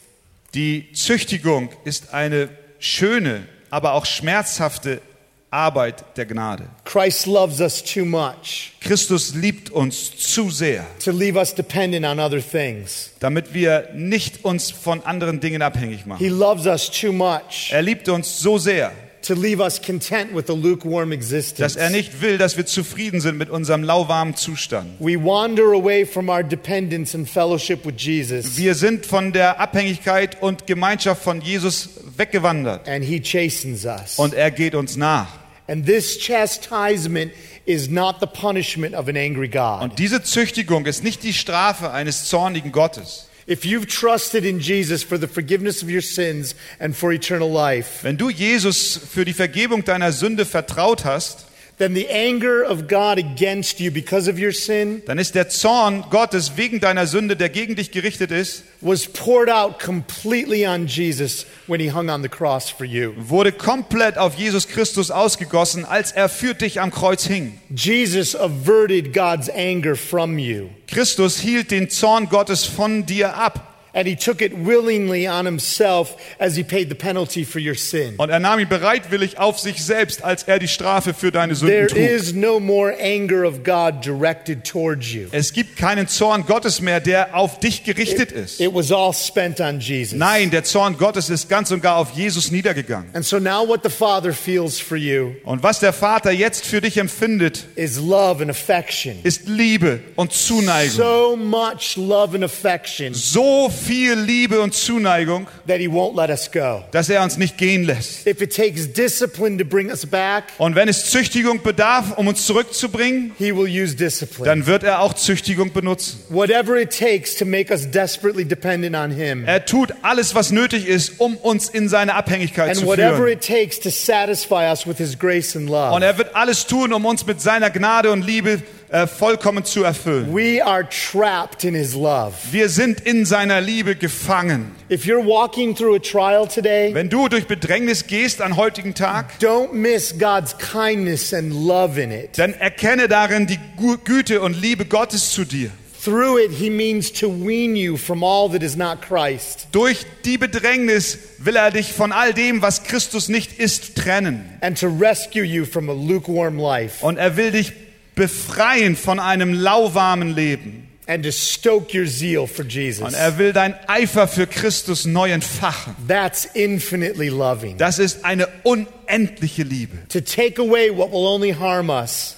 Speaker 2: Die Züchtigung ist eine schöne, aber auch schmerzhafte Arbeit der Gnade.
Speaker 1: Christ loves us too much
Speaker 2: Christus liebt uns zu sehr,
Speaker 1: to leave us dependent on other things.
Speaker 2: damit wir nicht uns von anderen Dingen abhängig machen.
Speaker 1: He loves us too much
Speaker 2: Er liebt uns so sehr,
Speaker 1: to leave us content with a lukewarm existence.
Speaker 2: dass er nicht will, dass wir zufrieden sind mit unserem lauwarmen Zustand.
Speaker 1: We wander away from our dependence and fellowship with Jesus,
Speaker 2: Wir sind von der Abhängigkeit und Gemeinschaft von Jesus weggewandert
Speaker 1: and He chastens us.
Speaker 2: und er geht uns nach.
Speaker 1: And this chastisement is not the punishment of an angry God.
Speaker 2: Und diese Züchtigung ist nicht die Strafe eines zornigen Gottes.
Speaker 1: If you've trusted in Jesus for the forgiveness of your sins and for eternal life,
Speaker 2: Wenn du Jesus für die Vergebung deiner Sünde vertraut hast,
Speaker 1: then the anger of God against you because of your sin
Speaker 2: dann ist der Zorn Gottes wegen deiner Sünde, der gegen dich gerichtet ist,
Speaker 1: was poured out completely on Jesus when he hung on the cross for you.
Speaker 2: wurde komplett auf Jesus Christus ausgegossen, als er für dich am Kreuz hing.
Speaker 1: Jesus averted God's anger from you,
Speaker 2: Christus hielt den Zorn Gottes von dir ab
Speaker 1: and he took it willingly on himself as he paid the penalty for your sin.
Speaker 2: und er nahm ihn bereitwillig auf sich selbst, als er die Strafe für deine Sünden
Speaker 1: There
Speaker 2: trug.
Speaker 1: is no more anger of God directed towards you.
Speaker 2: Es gibt keinen Zorn Gottes mehr, der auf dich gerichtet ist.
Speaker 1: It was all spent on Jesus.
Speaker 2: Nein, der Zorn Gottes ist ganz und gar auf Jesus niedergegangen.
Speaker 1: And so now what the Father feels for you
Speaker 2: Und was der Vater jetzt für dich empfindet,
Speaker 1: is love and affection.
Speaker 2: ist Liebe und Zuneigung.
Speaker 1: So much love and affection
Speaker 2: So viel Liebe und Zuneigung,
Speaker 1: that he won't let us go.
Speaker 2: dass er uns nicht gehen lässt.
Speaker 1: If it takes discipline to bring us back,
Speaker 2: Und wenn es Züchtigung bedarf, um uns zurückzubringen,
Speaker 1: he will use discipline.
Speaker 2: dann wird er auch Züchtigung benutzen.
Speaker 1: Whatever it takes to make us desperately dependent on him.
Speaker 2: Er tut alles, was nötig ist, um uns in seine Abhängigkeit
Speaker 1: And
Speaker 2: zu
Speaker 1: whatever
Speaker 2: führen.
Speaker 1: it takes to satisfy us with his grace and
Speaker 2: Und
Speaker 1: love.
Speaker 2: er wird alles tun, um uns mit seiner Gnade und Liebe äh, vollkommen zu erfüllen.
Speaker 1: We are trapped in his love.
Speaker 2: Wir sind in seiner Liebe gefangen.
Speaker 1: If you're walking through a trial today,
Speaker 2: Wenn du durch Bedrängnis gehst an heutigen Tag,
Speaker 1: don't miss God's kindness and love in it.
Speaker 2: dann erkenne darin die Gu- Güte und Liebe Gottes zu dir.
Speaker 1: Through it, he means to wean you from all that is not Christ
Speaker 2: Durch die Bedrängnis will er dich von all dem, was Christus nicht ist, trennen.
Speaker 1: and to rescue you from a lukewarm life.
Speaker 2: Und er will dich befreien von einem lauwarmen Leben.
Speaker 1: and to stoke your zeal for
Speaker 2: Und
Speaker 1: Jesus.
Speaker 2: er will deinen Eifer für Christus neu entfachen.
Speaker 1: That's infinitely loving.
Speaker 2: Das ist eine unendliche Liebe.
Speaker 1: To take away what will only harm us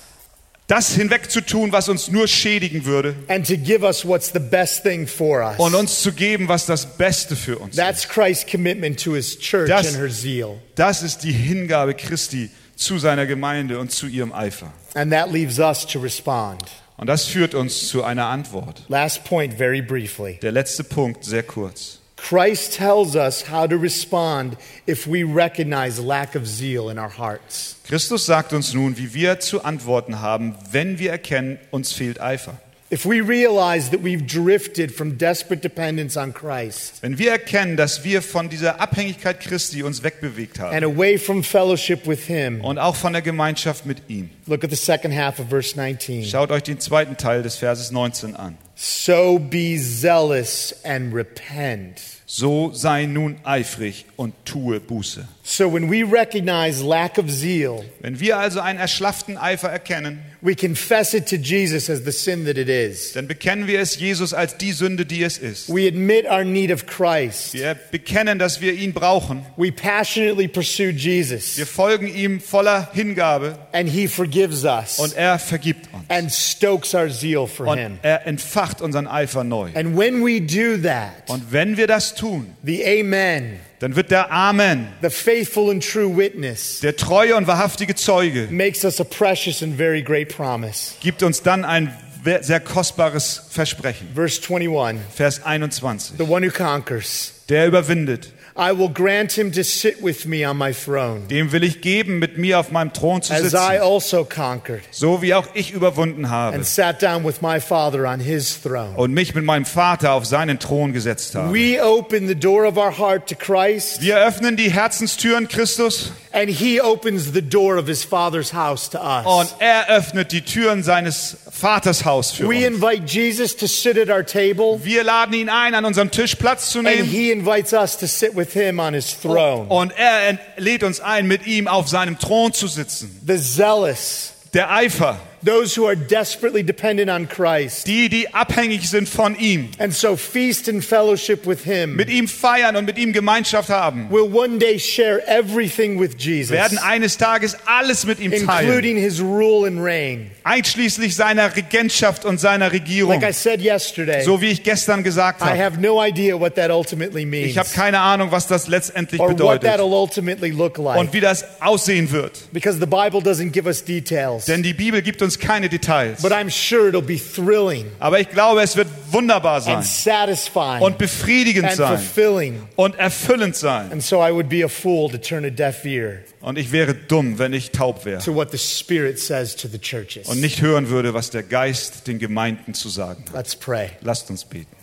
Speaker 2: Das hinwegzutun, was uns nur schädigen würde
Speaker 1: and to give us what's the best thing for us.
Speaker 2: und uns zu geben, was das Beste für uns ist.
Speaker 1: That's Christ's commitment to his church
Speaker 2: Das-
Speaker 1: and her zeal.
Speaker 2: Das ist die Hingabe Christi zu seiner Gemeinde und zu ihrem Eifer.
Speaker 1: And that leaves us to respond.
Speaker 2: Und das führt uns zu einer Antwort.
Speaker 1: Last point, very briefly.
Speaker 2: Der letzte Punkt, sehr kurz.
Speaker 1: Christ tells us how to respond if we recognize lack of zeal in our hearts.
Speaker 2: Christus sagt uns nun, wie wir zu antworten haben, wenn wir erkennen, uns fehlt Eifer.
Speaker 1: If we realize that we've drifted from desperate dependence on Christ
Speaker 2: Wenn wir erkennen, dass wir von dieser Abhängigkeit Christi uns wegbewegt
Speaker 1: and
Speaker 2: haben
Speaker 1: away from fellowship with Him,
Speaker 2: und auch von der Gemeinschaft mit ihm.
Speaker 1: look at the second half of verse 19.
Speaker 2: Schaut euch den zweiten Teil des Verses 19 an.
Speaker 1: So be zealous and repent.
Speaker 2: So sei nun eifrig und tue Buße.
Speaker 1: So when we recognize lack of zeal,
Speaker 2: Wenn wir also einen erschlafften Eifer erkennen,
Speaker 1: we confess it to Jesus as the sin that it is.
Speaker 2: dann bekennen wir es Jesus als die Sünde, die es ist.
Speaker 1: We admit our need of Christ.
Speaker 2: Wir bekennen, dass wir ihn brauchen.
Speaker 1: We passionately pursue
Speaker 2: Wir
Speaker 1: Jesus,
Speaker 2: folgen ihm voller Hingabe
Speaker 1: and He forgives us.
Speaker 2: und er vergibt uns.
Speaker 1: and stokes our zeal for him.
Speaker 2: Und er entfacht unseren Eifer neu.
Speaker 1: And when we do that,
Speaker 2: Und wenn wir das tun,
Speaker 1: the amen,
Speaker 2: dann wird der Amen,
Speaker 1: the faithful and true witness,
Speaker 2: der treue und wahrhaftige Zeuge,
Speaker 1: makes us a precious and very great promise.
Speaker 2: gibt uns dann ein sehr kostbares Versprechen.
Speaker 1: Verse 21
Speaker 2: Vers 21.
Speaker 1: The one who conquers,
Speaker 2: Der überwindet,
Speaker 1: I will grant him to sit with me on my throne,
Speaker 2: dem will ich geben, mit mir auf meinem Thron zu
Speaker 1: as I
Speaker 2: sitzen,
Speaker 1: also conquered
Speaker 2: so wie auch ich überwunden habe
Speaker 1: and sat down with my Father on his throne.
Speaker 2: und mich mit meinem Vater auf seinen Thron gesetzt habe.
Speaker 1: We open the door of our heart to Christ,
Speaker 2: Wir öffnen die Herzenstüren Christus
Speaker 1: and he opens the door of his Father's house to
Speaker 2: und
Speaker 1: us.
Speaker 2: er öffnet die Türen seines Vaters Haus für
Speaker 1: We
Speaker 2: uns.
Speaker 1: invite Jesus to sit at our table.
Speaker 2: Wir laden ihn ein, an unserem Tisch Platz zu
Speaker 1: And
Speaker 2: nehmen.
Speaker 1: he invites us to sit with him on his throne.
Speaker 2: Und er ent- lädt uns ein, mit ihm auf seinem Thron zu sitzen.
Speaker 1: The zealous,
Speaker 2: Der Eifer,
Speaker 1: those who are desperately dependent on Christ.
Speaker 2: die, die abhängig sind von ihm,
Speaker 1: And so feast and fellowship with him.
Speaker 2: mit ihm feiern und mit ihm Gemeinschaft haben,
Speaker 1: We'll one day share everything with Jesus,
Speaker 2: werden eines Tages alles mit ihm teilen,
Speaker 1: including his rule and reign.
Speaker 2: einschließlich seiner Regentschaft und seiner Regierung.
Speaker 1: Like I said yesterday,
Speaker 2: So wie ich gestern gesagt
Speaker 1: I
Speaker 2: habe,
Speaker 1: have no idea what that ultimately
Speaker 2: ich habe
Speaker 1: means
Speaker 2: keine Ahnung, was das letztendlich
Speaker 1: or what
Speaker 2: bedeutet
Speaker 1: that'll ultimately look
Speaker 2: und
Speaker 1: like
Speaker 2: wie das aussehen wird.
Speaker 1: because the Bible doesn't give us details.
Speaker 2: Denn die Bibel gibt uns keine Details.
Speaker 1: But I'm sure it'll be thrilling
Speaker 2: Aber ich glaube, es wird wunderbar
Speaker 1: and
Speaker 2: sein
Speaker 1: satisfying
Speaker 2: und befriedigend
Speaker 1: and
Speaker 2: sein
Speaker 1: fulfilling.
Speaker 2: und erfüllend sein.
Speaker 1: And so I would be a fool to turn a deaf ear
Speaker 2: Und ich wäre dumm, wenn ich taub wäre
Speaker 1: to what the Spirit says to the churches.
Speaker 2: und nicht hören würde, was der Geist den Gemeinden zu sagen hat.
Speaker 1: Let's pray.
Speaker 2: Lasst uns beten.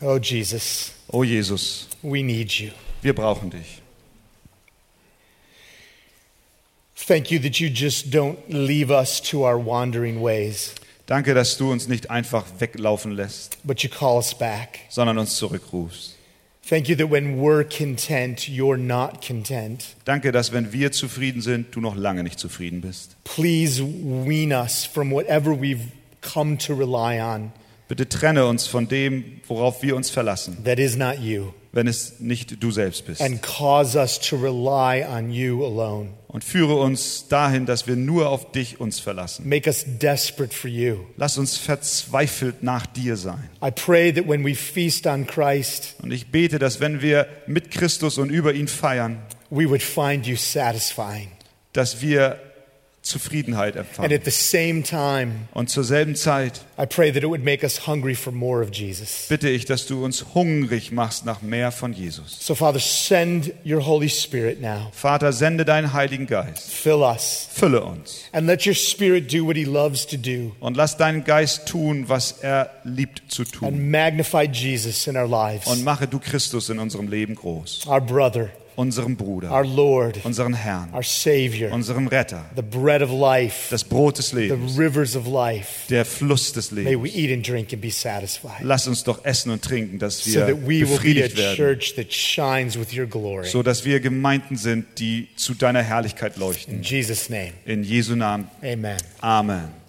Speaker 1: Oh, Jesus,
Speaker 2: O Jesus,
Speaker 1: we need you.
Speaker 2: wir brauchen dich.
Speaker 1: Thank you that you just don't leave us to our wandering ways,
Speaker 2: Danke, dass du uns nicht einfach weglaufen lässt,
Speaker 1: but you call us back.
Speaker 2: sondern uns zurückrufst.
Speaker 1: Thank you that when we're content, you're not content.
Speaker 2: Danke, dass wenn wir zufrieden sind, du noch lange nicht zufrieden bist.
Speaker 1: Please wean us from whatever we've come to rely on
Speaker 2: Bitte trenne uns von dem, worauf wir uns verlassen,
Speaker 1: that is not you,
Speaker 2: wenn es nicht du selbst bist.
Speaker 1: and cause us to rely on you alone.
Speaker 2: Und führe uns dahin, dass wir nur auf dich uns verlassen.
Speaker 1: Make us desperate for you.
Speaker 2: Lass uns verzweifelt nach dir sein.
Speaker 1: I pray that when we feast on Christ,
Speaker 2: Und ich bete, dass wenn wir mit Christus und über ihn feiern,
Speaker 1: we would find you satisfying.
Speaker 2: dass wir Zufriedenheit
Speaker 1: And
Speaker 2: erfahren.
Speaker 1: at the same time,
Speaker 2: Und zur selben Zeit
Speaker 1: I pray that it would make us hungry for more of Jesus.
Speaker 2: bitte ich, dass du uns hungrig machst nach mehr von Jesus.
Speaker 1: So, Father, send your Holy Spirit now.
Speaker 2: Vater, sende deinen Heiligen Geist.
Speaker 1: Fill us.
Speaker 2: Fülle uns.
Speaker 1: And let your Spirit do what he loves to do
Speaker 2: Und lass deinen Geist tun, was er liebt zu tun.
Speaker 1: and magnify Jesus in our
Speaker 2: Und
Speaker 1: lives,
Speaker 2: mache du Christus in unserem Leben groß.
Speaker 1: our brother,
Speaker 2: Unserem
Speaker 1: our
Speaker 2: Bruder,
Speaker 1: Lord,
Speaker 2: unseren
Speaker 1: our
Speaker 2: Herrn,
Speaker 1: Savior,
Speaker 2: unserem Retter,
Speaker 1: the bread of life,
Speaker 2: das Brot des
Speaker 1: the
Speaker 2: Lebens,
Speaker 1: rivers of life.
Speaker 2: der Fluss des
Speaker 1: May we
Speaker 2: Lebens.
Speaker 1: eat and drink and be satisfied
Speaker 2: Lass uns doch essen und trinken, dass
Speaker 1: so
Speaker 2: wir
Speaker 1: that we will be a
Speaker 2: befriedigt werden.
Speaker 1: church that shines with your glory.
Speaker 2: so dass wir Gemeinden sind, die zu deiner Herrlichkeit leuchten.
Speaker 1: In Jesus' name,
Speaker 2: In Jesu Namen.
Speaker 1: amen.
Speaker 2: Amen.